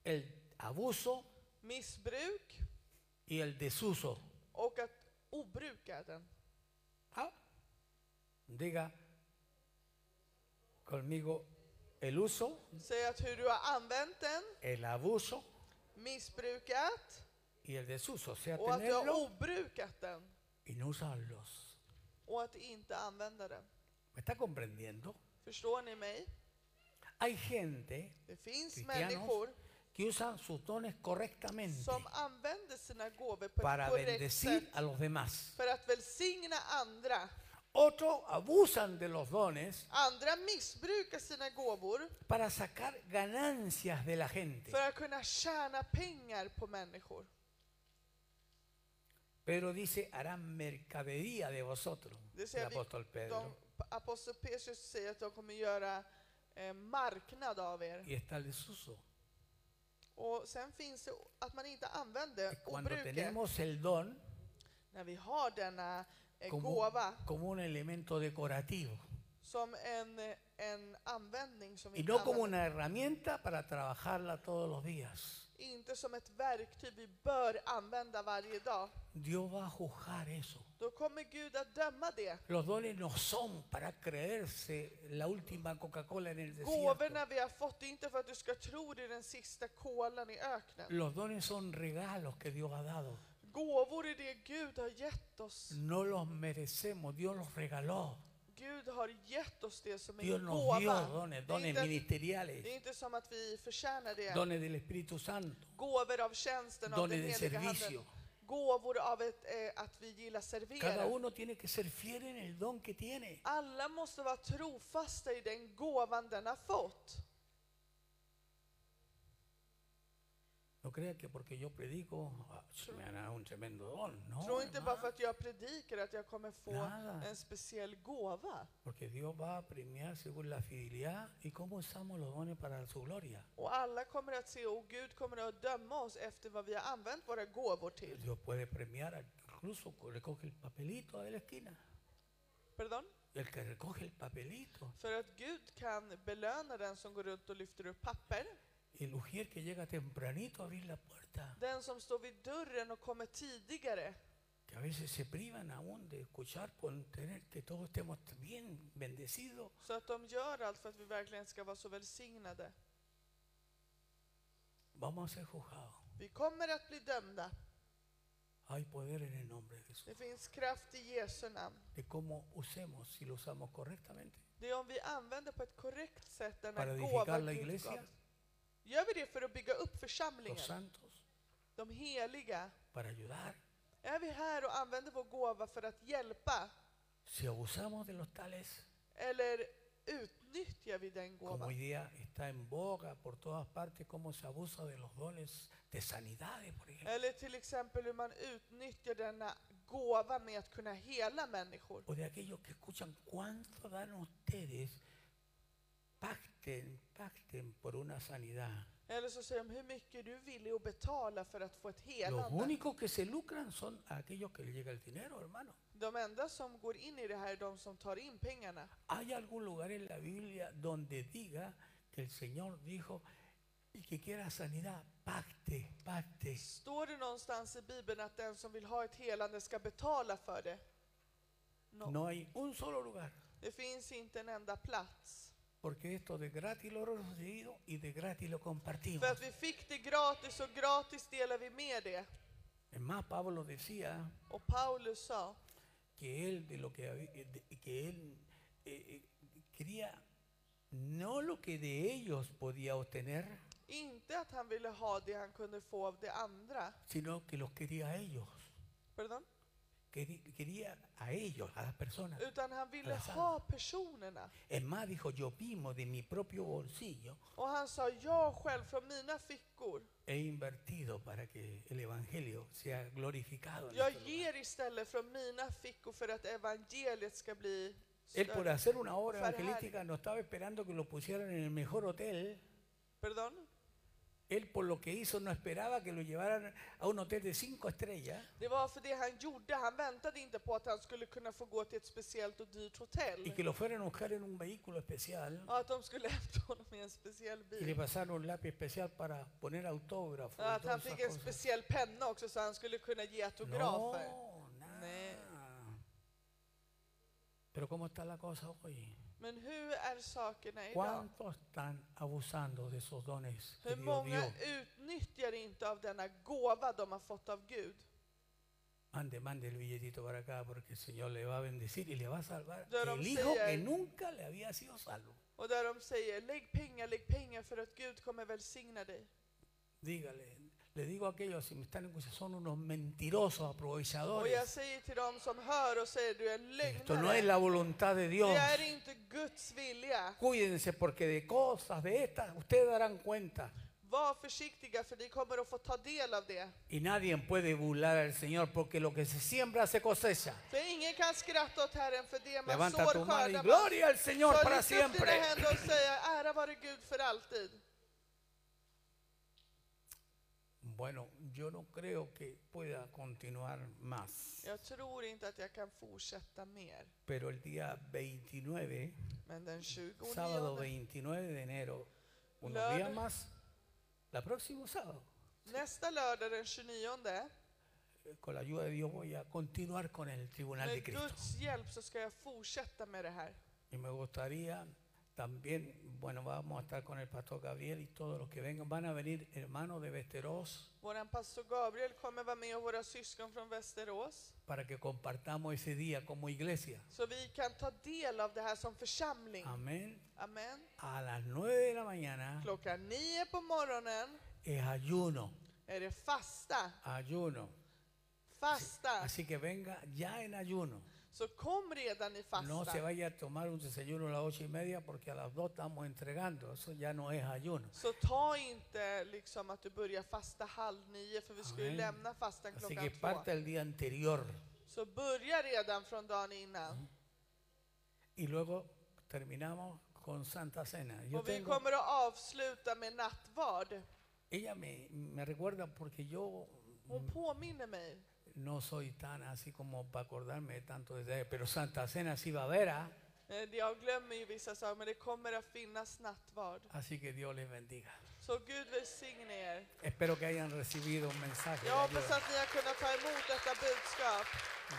[SPEAKER 1] el abuso
[SPEAKER 2] missbruk
[SPEAKER 1] y el desuso.
[SPEAKER 2] och att obruka den.
[SPEAKER 1] Ah, Diga conmigo el uso,
[SPEAKER 2] Säg att hur du har använt den,
[SPEAKER 1] el abuso
[SPEAKER 2] missbrukat
[SPEAKER 1] y el desuso. O sea,
[SPEAKER 2] och att du har
[SPEAKER 1] tenerlo
[SPEAKER 2] obrukat den
[SPEAKER 1] y no usarlos.
[SPEAKER 2] och att inte använda den.
[SPEAKER 1] ¿Me está comprendiendo?
[SPEAKER 2] Förstår ni mig?
[SPEAKER 1] Hay gente
[SPEAKER 2] Det finns
[SPEAKER 1] Cristianos
[SPEAKER 2] människor
[SPEAKER 1] que usan sus dones correctamente
[SPEAKER 2] som använder sina gåvor på ett
[SPEAKER 1] para
[SPEAKER 2] korrekt
[SPEAKER 1] bendecir
[SPEAKER 2] sätt
[SPEAKER 1] a los demás.
[SPEAKER 2] för att välsigna andra.
[SPEAKER 1] Otros abusan de los dones
[SPEAKER 2] Andra missbrukar sina gåvor
[SPEAKER 1] para sacar ganancias de la gente.
[SPEAKER 2] för att kunna tjäna pengar på människor.
[SPEAKER 1] Pedro dice, harán mercadería de vosotros,
[SPEAKER 2] Det
[SPEAKER 1] el
[SPEAKER 2] säger vi,
[SPEAKER 1] apóstol Pedro.
[SPEAKER 2] de, apostel Petrus säger att de kommer göra eh, marknad av er.
[SPEAKER 1] y está el desuso.
[SPEAKER 2] Och sen finns det att man inte använder och
[SPEAKER 1] Cuando
[SPEAKER 2] brukar.
[SPEAKER 1] tenemos el don
[SPEAKER 2] När vi har denna eh,
[SPEAKER 1] como,
[SPEAKER 2] gåva
[SPEAKER 1] como un elemento decorativo
[SPEAKER 2] som en, eh, en användning som vi
[SPEAKER 1] y
[SPEAKER 2] inte
[SPEAKER 1] no como
[SPEAKER 2] använder.
[SPEAKER 1] una herramienta para trabajarla todos los días.
[SPEAKER 2] Inte som ett verktyg vi bör använda varje dag.
[SPEAKER 1] Dios va a juzgar eso.
[SPEAKER 2] Då kommer Gud att döma det.
[SPEAKER 1] Los dones no son para creerse la última Coca-Cola en el desierto.
[SPEAKER 2] Gåvorna vi har fått, det är inte för att du ska tro det är den sista kolan i öknen.
[SPEAKER 1] Los dones son regalos que Dios ha dado.
[SPEAKER 2] Gåvor är det Gud har gett oss.
[SPEAKER 1] No los merecemos, Dios los regaló.
[SPEAKER 2] Gud har gett oss det som
[SPEAKER 1] Dios
[SPEAKER 2] en
[SPEAKER 1] nos dio
[SPEAKER 2] gåva.
[SPEAKER 1] dones,
[SPEAKER 2] Det är,
[SPEAKER 1] dones
[SPEAKER 2] inte,
[SPEAKER 1] ministeriales,
[SPEAKER 2] det är inte som att vi förtjänar det.
[SPEAKER 1] dones del Espíritu Santo,
[SPEAKER 2] Gåvor av tjänsten, av
[SPEAKER 1] dones
[SPEAKER 2] den
[SPEAKER 1] de
[SPEAKER 2] heliga handen.
[SPEAKER 1] servicio.
[SPEAKER 2] Gåvor av ett, eh, att vi
[SPEAKER 1] Cada
[SPEAKER 2] gillar servera.
[SPEAKER 1] uno tiene que ser fiel en el don que tiene.
[SPEAKER 2] Alla måste vara trofasta i den gåvan den har fått.
[SPEAKER 1] No crea que porque yo predico ah, se me hará un tremendo don. No,
[SPEAKER 2] Tro inte bara
[SPEAKER 1] hermano,
[SPEAKER 2] för att jag predikar att jag kommer få
[SPEAKER 1] Nada.
[SPEAKER 2] en speciell gåva.
[SPEAKER 1] porque Dios va a premiar según la fidelidad y cómo usamos los dones para su gloria.
[SPEAKER 2] Och alla kommer att se och Gud kommer att döma oss efter vad vi har använt våra gåvor till.
[SPEAKER 1] Dios puede premiar al que incluso co- recoge el papelito de la esquina.
[SPEAKER 2] Pardon?
[SPEAKER 1] El que recoge el papelito,
[SPEAKER 2] För att Gud kan belöna den som går runt och lyfter upp papper.
[SPEAKER 1] el ujier que llega tempranito a abrir la puerta,
[SPEAKER 2] Den som står vid dörren och kommer tidigare.
[SPEAKER 1] que a veces se privan aún de escuchar por tener que todos estemos bien bendecidos.
[SPEAKER 2] Så att de gör allt för att vi verkligen ska vara så välsignade.
[SPEAKER 1] Vamos a ser juzgados.
[SPEAKER 2] Vi kommer att bli dömda.
[SPEAKER 1] Hay poder en el nombre de Jesús.
[SPEAKER 2] Det finns kraft i Jesu namn.
[SPEAKER 1] De cómo usemos, si lo usamos correctamente.
[SPEAKER 2] Det är om vi använder på ett korrekt sätt denna
[SPEAKER 1] Para
[SPEAKER 2] gåva
[SPEAKER 1] edificar la
[SPEAKER 2] Gud
[SPEAKER 1] iglesia,
[SPEAKER 2] gav. Gör vi det för att bygga upp församlingen?
[SPEAKER 1] los santos,
[SPEAKER 2] de heliga.
[SPEAKER 1] para ayudar.
[SPEAKER 2] Är vi här och använder vår gåva för att hjälpa?
[SPEAKER 1] Si abusamos de los tales,
[SPEAKER 2] Eller utnyttjar vi den
[SPEAKER 1] como hoy
[SPEAKER 2] gåvan?
[SPEAKER 1] día está en boga por todas partes, cómo se abusa de los dones de sanidades, por ejemplo,
[SPEAKER 2] Eller till exempel hur man utnyttjar denna gåva med att kunna hela människor.
[SPEAKER 1] o de aquellos que escuchan cuánto dan ustedes, pacten, pacten por una sanidad.
[SPEAKER 2] Eller så säger de, hur mycket är du villig att betala för att få ett
[SPEAKER 1] Los
[SPEAKER 2] helande?
[SPEAKER 1] únicos que se lucran son aquellos que les llega el dinero, hermano.
[SPEAKER 2] De enda som går in i det här är de som tar in pengarna.
[SPEAKER 1] ¿Hay algún lugar en la Biblia donde diga que el Señor dijo, y que quiera sanidad, pacte, pacte?
[SPEAKER 2] Står det någonstans i Bibeln att den som vill ha ett helande ska betala för det? No.
[SPEAKER 1] No hay un solo lugar.
[SPEAKER 2] Det finns inte en enda plats.
[SPEAKER 1] Porque esto de gratis lo hemos recibido y de gratis lo compartimos.
[SPEAKER 2] För att vi fick det gratis och gratis delar vi med det.
[SPEAKER 1] Es más, Pablo decía
[SPEAKER 2] Och Paulus sa,
[SPEAKER 1] que él de lo que había- de- que él eh, eh, quería no lo que de ellos podía obtener,
[SPEAKER 2] inte att han ville ha det han kunde få av det andra.
[SPEAKER 1] sino que los quería a ellos.
[SPEAKER 2] Pardon?
[SPEAKER 1] Queri- Quería a ellos, a las personas.
[SPEAKER 2] Utan han ville
[SPEAKER 1] Alla
[SPEAKER 2] ha personerna.
[SPEAKER 1] Es más, dijo, yo mismo de mi propio bolsillo
[SPEAKER 2] Och han sa, jag själv från mina fickor,
[SPEAKER 1] he invertido para que el Evangelio sea glorificado. en
[SPEAKER 2] jag
[SPEAKER 1] este lugar".
[SPEAKER 2] ger istället från mina fickor för att evangeliet ska bli
[SPEAKER 1] Él por
[SPEAKER 2] större.
[SPEAKER 1] hacer una obra
[SPEAKER 2] Farhad.
[SPEAKER 1] evangelística no estaba esperando que lo pusieran en el mejor hotel.
[SPEAKER 2] Pardon?
[SPEAKER 1] Él por lo que hizo no esperaba que lo llevaran a un hotel de cinco estrellas
[SPEAKER 2] Det var för det han gjorde, han väntade inte på att han skulle kunna få gå till ett speciellt och dyrt
[SPEAKER 1] y
[SPEAKER 2] hotell.
[SPEAKER 1] que lo fueran a buscar en un vehículo especial
[SPEAKER 2] Och att de skulle [LAUGHS] hämta honom i en speciell
[SPEAKER 1] y
[SPEAKER 2] bil.
[SPEAKER 1] le pasaron un lápiz especial para poner autógrafo. y
[SPEAKER 2] Ja, Att han
[SPEAKER 1] todas
[SPEAKER 2] fick en
[SPEAKER 1] esas cosas.
[SPEAKER 2] speciell penna också så han skulle kunna ge autografer.
[SPEAKER 1] No, nada.
[SPEAKER 2] Nee.
[SPEAKER 1] Pero ¿cómo está la cosa hoy?
[SPEAKER 2] Men hur är sakerna idag?
[SPEAKER 1] ¿Cuántos están abusando de esos dones que
[SPEAKER 2] Hur
[SPEAKER 1] Dios dio?
[SPEAKER 2] många utnyttjar inte av denna gåva de har fått av Gud?
[SPEAKER 1] Mande, mande el billetito para acá porque el Señor le va a bendecir y le va a salvar
[SPEAKER 2] Yo no
[SPEAKER 1] el
[SPEAKER 2] sé,
[SPEAKER 1] hijo que
[SPEAKER 2] eh.
[SPEAKER 1] nunca le había sido salvo.
[SPEAKER 2] Och där de säger lägg pengar, lägg pengar för att Gud kommer välsigna dig.
[SPEAKER 1] Dígale, le digo a aquellos, si me están escuchando, son unos mentirosos,
[SPEAKER 2] Och jag
[SPEAKER 1] aprovechadores.
[SPEAKER 2] säger till dem som hör och säger du är en
[SPEAKER 1] Esto no es
[SPEAKER 2] lögnare.
[SPEAKER 1] la voluntad de Dios.
[SPEAKER 2] Det är inte Guds vilja.
[SPEAKER 1] Cuídense porque de cosas de estas ustedes darán cuenta.
[SPEAKER 2] Var försiktiga för ni kommer att få ta del av det.
[SPEAKER 1] Y nadie puede burlar al Señor porque lo que se siembra se cosecha.
[SPEAKER 2] För ingen kan skratta åt Herren för det man
[SPEAKER 1] Levanta
[SPEAKER 2] sår
[SPEAKER 1] tu mano y
[SPEAKER 2] skördar
[SPEAKER 1] gloria al Señor
[SPEAKER 2] Så
[SPEAKER 1] para
[SPEAKER 2] lyft upp dina
[SPEAKER 1] siempre.
[SPEAKER 2] händer och säg ära vare Gud för alltid.
[SPEAKER 1] Bueno, yo no creo que pueda continuar más,
[SPEAKER 2] Jag tror inte att jag kan fortsätta mer.
[SPEAKER 1] pero el día 29,
[SPEAKER 2] Men den
[SPEAKER 1] sábado
[SPEAKER 2] 29,
[SPEAKER 1] 29 de enero, unos
[SPEAKER 2] Claro.
[SPEAKER 1] días más, la próximo sábado,
[SPEAKER 2] nästa lördag den 29,
[SPEAKER 1] eh, con la ayuda de Dios voy a continuar con el Tribunal de
[SPEAKER 2] med
[SPEAKER 1] Cristo.
[SPEAKER 2] Guds hjälp så ska jag fortsätta med det här.
[SPEAKER 1] Y me gustaría también, bueno, vamos a estar con el pastor Gabriel y todos los que vengan, van a venir hermanos de Vesteros
[SPEAKER 2] Vår pastor Gabriel kommer vara med och våra syskon från Västerås.
[SPEAKER 1] para que compartamos ese día como iglesia.
[SPEAKER 2] Så vi kan ta del av det här som församling.
[SPEAKER 1] Amén.
[SPEAKER 2] Amen.
[SPEAKER 1] A las 9 de la mañana
[SPEAKER 2] Klockan nio på morgonen
[SPEAKER 1] es ayuno,
[SPEAKER 2] är det fasta.
[SPEAKER 1] ayuno.
[SPEAKER 2] Fasta.
[SPEAKER 1] Así que venga ya en ayuno.
[SPEAKER 2] Så kom redan i
[SPEAKER 1] No se
[SPEAKER 2] fasta.
[SPEAKER 1] vaya a tomar un desayuno a las ocho y media porque a las dos estamos entregando. Eso ya no es ayuno.
[SPEAKER 2] Så ta inte liksom att du börjar fasta halv nio, för vi ska ju
[SPEAKER 1] Amen.
[SPEAKER 2] lämna fastan
[SPEAKER 1] Así que
[SPEAKER 2] klockan
[SPEAKER 1] parta
[SPEAKER 2] två.
[SPEAKER 1] el día anterior
[SPEAKER 2] Så börja redan från dagen
[SPEAKER 1] Mm.
[SPEAKER 2] innan.
[SPEAKER 1] y luego terminamos con Santa Cena. Yo
[SPEAKER 2] Och vi
[SPEAKER 1] tengo-
[SPEAKER 2] kommer att avsluta med nattvard.
[SPEAKER 1] ella me, me recuerda porque yo
[SPEAKER 2] Hon
[SPEAKER 1] Mm.
[SPEAKER 2] påminner mig.
[SPEAKER 1] no soy tan así como para acordarme de tanto detalle, pero Santa Cena sí va a haber. ¿ah?
[SPEAKER 2] Eh, det- Jag glömmer ju vissa saker, men det kommer att finnas nattvard.
[SPEAKER 1] Así que Dios les bendiga.
[SPEAKER 2] Så Gud välsigne er.
[SPEAKER 1] Espero que hayan recibido un mensaje. de
[SPEAKER 2] Jag hoppas
[SPEAKER 1] Dios.
[SPEAKER 2] att ni har kunnat ta emot detta budskap.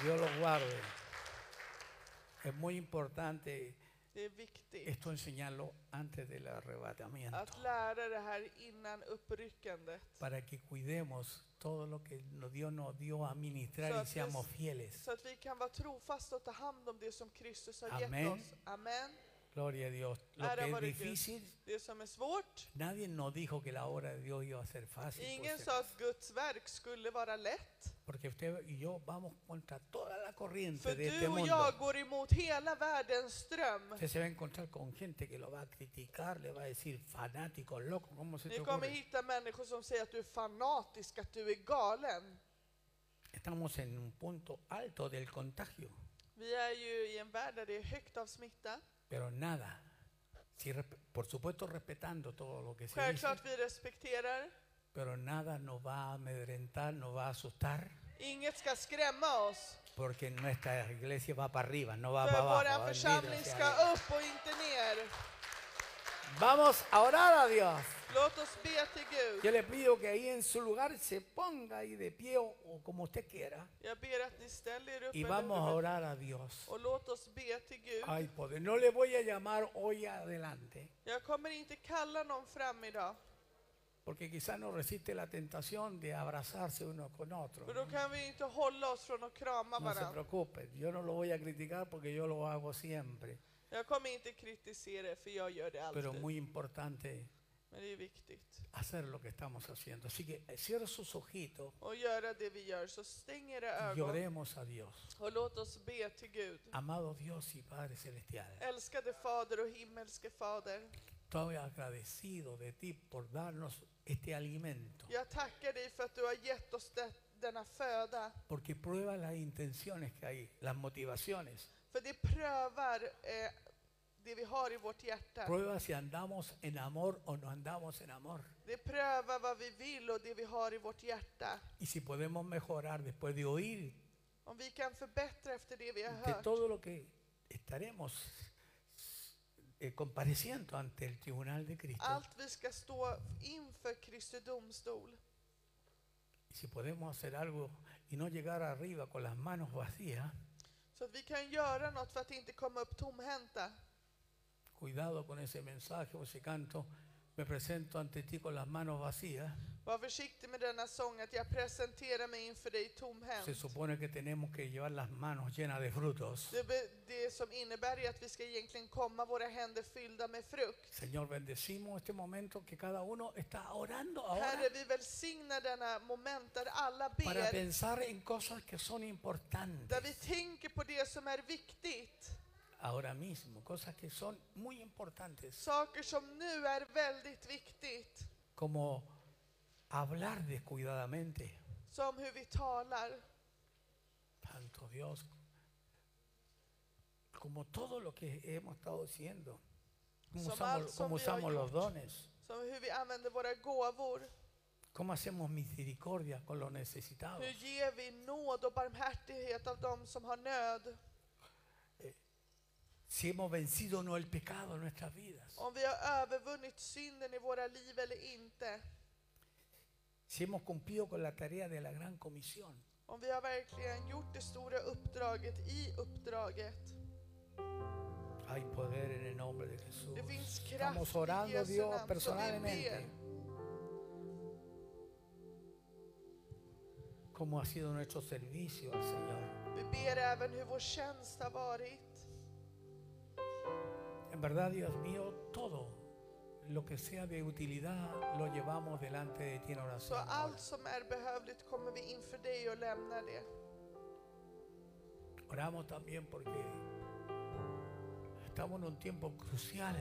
[SPEAKER 1] Dios los guarde. Es muy importante
[SPEAKER 2] Det är viktigt
[SPEAKER 1] esto enseñarlo antes del arrebatamiento
[SPEAKER 2] att lära det här innan uppryckandet.
[SPEAKER 1] para que cuidemos todo lo que no- Dios nos dio a ministrar y
[SPEAKER 2] Entonces,
[SPEAKER 1] seamos fieles.
[SPEAKER 2] Så att vi kan vara trofasta och ta hand om det som Kristus har gett
[SPEAKER 1] Amen.
[SPEAKER 2] oss. Amen.
[SPEAKER 1] Gloria a Dios. Lo
[SPEAKER 2] Ahora
[SPEAKER 1] que es
[SPEAKER 2] por el que-
[SPEAKER 1] difícil,
[SPEAKER 2] Det som är svårt.
[SPEAKER 1] nadie nos dijo que la obra de Dios iba a ser fácil. por
[SPEAKER 2] Ingen
[SPEAKER 1] ser-
[SPEAKER 2] sa att Guds verk skulle vara lätt.
[SPEAKER 1] Porque usted y yo vamos contra toda la corriente
[SPEAKER 2] För
[SPEAKER 1] de este
[SPEAKER 2] du och
[SPEAKER 1] mundo.
[SPEAKER 2] jag går emot hela världens ström.
[SPEAKER 1] Usted se va a encontrar con gente que lo va a criticar, le va a decir fanático, loco, ¿cómo se
[SPEAKER 2] Ni
[SPEAKER 1] te
[SPEAKER 2] kommer
[SPEAKER 1] ocurre?
[SPEAKER 2] hitta människor som säger att du är fanatisk, att du är galen.
[SPEAKER 1] Estamos en un punto alto del contagio,
[SPEAKER 2] Vi är ju i en värld där det är högt av smitta.
[SPEAKER 1] pero nada. Si resp- por supuesto respetando todo lo que se dice,
[SPEAKER 2] Självklart vi respekterar.
[SPEAKER 1] pero nada nos va a amedrentar, nos va a asustar,
[SPEAKER 2] Inget ska skrämma oss.
[SPEAKER 1] porque nuestra iglesia va para arriba, no va para
[SPEAKER 2] För
[SPEAKER 1] abajo.
[SPEAKER 2] vår
[SPEAKER 1] bendito
[SPEAKER 2] församling
[SPEAKER 1] sea
[SPEAKER 2] ska
[SPEAKER 1] Dios.
[SPEAKER 2] upp och inte ner.
[SPEAKER 1] Vamos a orar a Dios.
[SPEAKER 2] Låt oss be till
[SPEAKER 1] Yo
[SPEAKER 2] Gud.
[SPEAKER 1] le pido que ahí en su lugar se ponga ahí de pie o, o como usted quiera
[SPEAKER 2] Jag ber att ni ställer er upp
[SPEAKER 1] y
[SPEAKER 2] över
[SPEAKER 1] vamos a
[SPEAKER 2] huvudet
[SPEAKER 1] orar a Dios.
[SPEAKER 2] och låt oss be till Gud.
[SPEAKER 1] Ay, poder. No le voy a llamar hoy adelante,
[SPEAKER 2] Jag kommer inte kalla någon fram idag.
[SPEAKER 1] porque quizás no resiste la tentación de abrazarse uno con otro.
[SPEAKER 2] För då kan vi inte hålla oss från att
[SPEAKER 1] No
[SPEAKER 2] krama
[SPEAKER 1] se
[SPEAKER 2] varandra.
[SPEAKER 1] preocupe, yo no lo voy a criticar porque yo lo hago siempre.
[SPEAKER 2] Jag kommer inte kritisera er, för jag gör det
[SPEAKER 1] Pero
[SPEAKER 2] alltid.
[SPEAKER 1] muy importante
[SPEAKER 2] Men det är viktigt.
[SPEAKER 1] hacer lo que estamos haciendo. Así que eh, cierre sus ojitos
[SPEAKER 2] Och göra det vi gör, så stäng era
[SPEAKER 1] y
[SPEAKER 2] ögon
[SPEAKER 1] oremos a Dios.
[SPEAKER 2] och låt oss be till Gud.
[SPEAKER 1] Amado Dios y Padre Celestial,
[SPEAKER 2] Eh. Älskade Fader och himmelske Fader,
[SPEAKER 1] estoy agradecido de ti por darnos este alimento,
[SPEAKER 2] jag tackar dig för att du har gett oss det, denna föda.
[SPEAKER 1] porque prueba las intenciones que hay, las motivaciones.
[SPEAKER 2] För det prövar eh, det vi har i vårt hjärta.
[SPEAKER 1] Prueba si andamos en amor o no andamos en amor.
[SPEAKER 2] Det prövar vad vi vill och det vi har i vårt hjärta.
[SPEAKER 1] Y si podemos mejorar después de oír
[SPEAKER 2] Om vi kan förbättra efter det vi har
[SPEAKER 1] de
[SPEAKER 2] hört,
[SPEAKER 1] todo lo que estaremos eh, compareciendo ante el tribunal de Cristo.
[SPEAKER 2] allt vi ska stå inför Kristi domstol.
[SPEAKER 1] Y si podemos hacer algo y no llegar arriba con las manos vacías,
[SPEAKER 2] Så att vi kan göra något för att inte komma upp tomhänta.
[SPEAKER 1] cuidado con ese mensaje o ese canto, me presento ante ti con las manos vacías,
[SPEAKER 2] Var försiktig med denna sång, att jag presenterar mig inför dig
[SPEAKER 1] se
[SPEAKER 2] tomhänt.
[SPEAKER 1] supone que tenemos que llevar las manos llenas de frutos.
[SPEAKER 2] Det, be- det som innebär är att vi ska egentligen komma våra händer fyllda med frukt.
[SPEAKER 1] Señor, bendecimos este momento que cada uno está orando ahora
[SPEAKER 2] Herre, vi välsignar denna moment där alla
[SPEAKER 1] para
[SPEAKER 2] ber,
[SPEAKER 1] pensar en cosas que son
[SPEAKER 2] där vi
[SPEAKER 1] importantes
[SPEAKER 2] tänker på det som är viktigt.
[SPEAKER 1] ahora mismo, cosas que son muy importantes.
[SPEAKER 2] Saker som nu är väldigt viktigt.
[SPEAKER 1] como hablar descuidadamente.
[SPEAKER 2] Som hur vi talar.
[SPEAKER 1] Santo Dios. Como todo lo que hemos estado diciendo. Como
[SPEAKER 2] Som
[SPEAKER 1] usamos,
[SPEAKER 2] allt
[SPEAKER 1] como
[SPEAKER 2] som vi har
[SPEAKER 1] usamos los
[SPEAKER 2] gjort.
[SPEAKER 1] dones.
[SPEAKER 2] Som hur vi använder våra gåvor.
[SPEAKER 1] Cómo hacemos misericordia con los necesitados.
[SPEAKER 2] Hur ger vi nåd och barmhärtighet av dem som har nöd?
[SPEAKER 1] Si hemos vencido o no el pecado en nuestras vidas.
[SPEAKER 2] Om vi har övervunnit synden i våra liv eller inte.
[SPEAKER 1] Si hemos cumplido con la tarea de la gran comisión.
[SPEAKER 2] Om vi har verkligen gjort det stora uppdraget i uppdraget.
[SPEAKER 1] Hay poder en el nombre de Jesús.
[SPEAKER 2] Det finns kraft
[SPEAKER 1] Estamos
[SPEAKER 2] i
[SPEAKER 1] orando
[SPEAKER 2] Jesu
[SPEAKER 1] Dios
[SPEAKER 2] namn. Så vi
[SPEAKER 1] personalmente.
[SPEAKER 2] ber.
[SPEAKER 1] Cómo ha sido nuestro servicio al Señor.
[SPEAKER 2] Vi ber även hur vår tjänst har varit.
[SPEAKER 1] En verdad, Dios mío, todo lo que sea de utilidad lo llevamos delante de ti en
[SPEAKER 2] Så
[SPEAKER 1] oración.
[SPEAKER 2] allt som är behövligt kommer vi inför dig och lämnar det.
[SPEAKER 1] Oramos también porque estamos en un tiempo crucial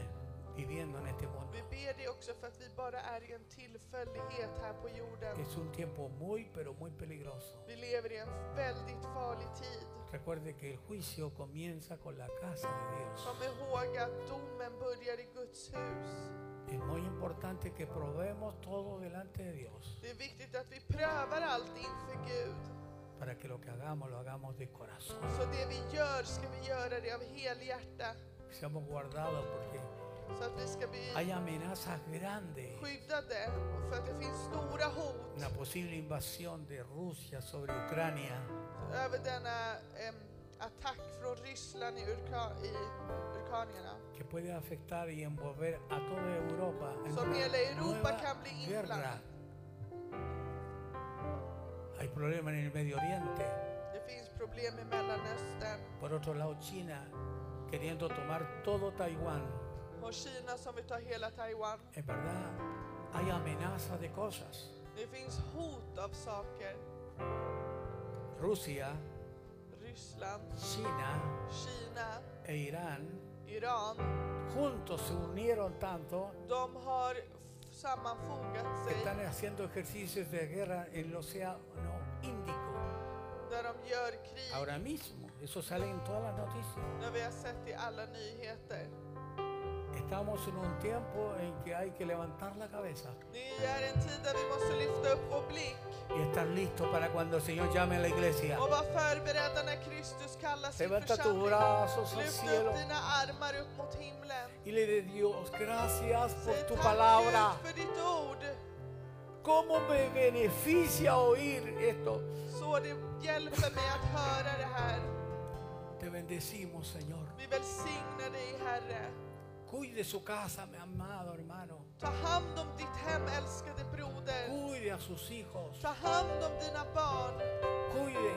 [SPEAKER 1] viviendo en este mundo.
[SPEAKER 2] Vi ber dig också för att vi bara är i en tillfällighet här på jorden.
[SPEAKER 1] Es un tiempo muy, pero muy peligroso.
[SPEAKER 2] Vi lever i en väldigt farlig tid.
[SPEAKER 1] Recuerde que el juicio comienza con la casa de Dios.
[SPEAKER 2] Kom ihåg att domen börjar i Guds hus.
[SPEAKER 1] Es muy importante que probemos todo delante de Dios
[SPEAKER 2] Det är viktigt att vi prövar allt inför Gud.
[SPEAKER 1] para que lo que hagamos lo hagamos de corazón.
[SPEAKER 2] Så det vi gör ska vi göra det av helhjärta.
[SPEAKER 1] Seamos guardados porque
[SPEAKER 2] Så att vi ska bli
[SPEAKER 1] hay amenazas grandes.
[SPEAKER 2] skyddade. Och För att det finns stora hot
[SPEAKER 1] Una posible invasión de Rusia sobre Ucrania.
[SPEAKER 2] över denna em, attack från Ryssland i, urka, i Urkanierna.
[SPEAKER 1] que puede afectar y envolver a toda Europa en
[SPEAKER 2] Som
[SPEAKER 1] una
[SPEAKER 2] hela Europa
[SPEAKER 1] nueva
[SPEAKER 2] kan bli
[SPEAKER 1] guerra.
[SPEAKER 2] inblandat.
[SPEAKER 1] Hay problemas en el Medio Oriente.
[SPEAKER 2] Det finns problem i Mellanöstern
[SPEAKER 1] Por otro lado, China queriendo tomar todo Taiwán.
[SPEAKER 2] och Kina som vill ta hela Taiwan.
[SPEAKER 1] En verdad, hay amenazas de cosas.
[SPEAKER 2] Det finns hot av saker.
[SPEAKER 1] Rusia,
[SPEAKER 2] Ryssland,
[SPEAKER 1] China
[SPEAKER 2] Kina,
[SPEAKER 1] e Irán
[SPEAKER 2] Iran.
[SPEAKER 1] juntos se unieron tanto
[SPEAKER 2] De har f- sammanfogat
[SPEAKER 1] que
[SPEAKER 2] sig
[SPEAKER 1] están haciendo ejercicios de guerra en el Océano Índico.
[SPEAKER 2] där de gör krig.
[SPEAKER 1] Ahora mismo, eso sale en todas las noticias.
[SPEAKER 2] Det har vi har sett i alla nyheter.
[SPEAKER 1] Estamos en un tiempo en que hay que levantar la cabeza
[SPEAKER 2] Det är en tid där vi måste lyfta upp vår blick
[SPEAKER 1] y estar listo para cuando el Señor llame a la iglesia.
[SPEAKER 2] och vara förberedda när Kristus kallar sin
[SPEAKER 1] Levanta tus
[SPEAKER 2] församling.
[SPEAKER 1] brazos al
[SPEAKER 2] Lyft upp
[SPEAKER 1] cielo
[SPEAKER 2] dina armar upp mot himlen.
[SPEAKER 1] y le dé Dios gracias por
[SPEAKER 2] Säg
[SPEAKER 1] tu
[SPEAKER 2] tack
[SPEAKER 1] palabra.
[SPEAKER 2] Gud för ditt ord.
[SPEAKER 1] ¿Cómo me beneficia oír esto?
[SPEAKER 2] Så det hjälper mig att höra det här.
[SPEAKER 1] Te bendecimos, Señor.
[SPEAKER 2] Vi välsignar dig Herre.
[SPEAKER 1] Cuide su casa, mi amado hermano.
[SPEAKER 2] Ta hand om ditt hem älskade broder.
[SPEAKER 1] Cuide a sus hijos.
[SPEAKER 2] Ta hand om dina barn.
[SPEAKER 1] Cuide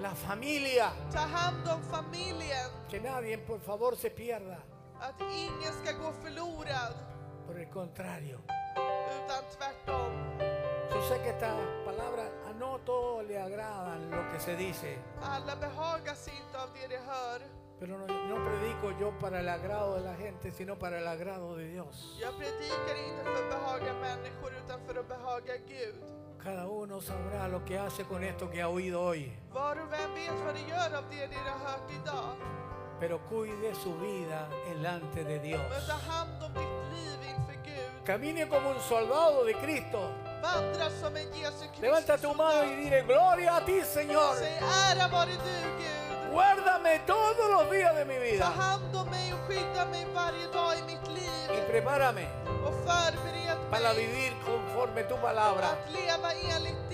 [SPEAKER 1] la familia.
[SPEAKER 2] Ta hand om familjen.
[SPEAKER 1] Que nadie, por favor, se pierda.
[SPEAKER 2] Att ingen ska gå förlorad.
[SPEAKER 1] Por el contrario,
[SPEAKER 2] Utan tvärtom.
[SPEAKER 1] Yo sé que estas palabras a no todos le agradan lo que se dice,
[SPEAKER 2] Alla behagas inte av det de hör.
[SPEAKER 1] pero no, no predico yo para el agrado de la gente, sino para el agrado de Dios.
[SPEAKER 2] Jag predikar inte för att behaga människor utan för att behaga Gud.
[SPEAKER 1] Cada uno sabrá lo que hace con esto que ha oído hoy,
[SPEAKER 2] Var och vem vet vad de gör av det de har hört idag.
[SPEAKER 1] pero cuide su vida delante de Dios.
[SPEAKER 2] Men ta hand om ditt liv inför Gud.
[SPEAKER 1] Camine como un soldado de Cristo.
[SPEAKER 2] Vandra som en Jesu Kristus
[SPEAKER 1] Levanta tu mano y dile, gloria a ti, Señor.
[SPEAKER 2] Säg ära vare du Gud.
[SPEAKER 1] Guárdame todos los días de mi
[SPEAKER 2] Ta
[SPEAKER 1] vida
[SPEAKER 2] hand om mig och skydda mig varje dag i mitt liv.
[SPEAKER 1] y prepárame
[SPEAKER 2] Och förbered
[SPEAKER 1] para
[SPEAKER 2] mig
[SPEAKER 1] vivir conforme tu palabra.
[SPEAKER 2] att leva enligt
[SPEAKER 1] Oh,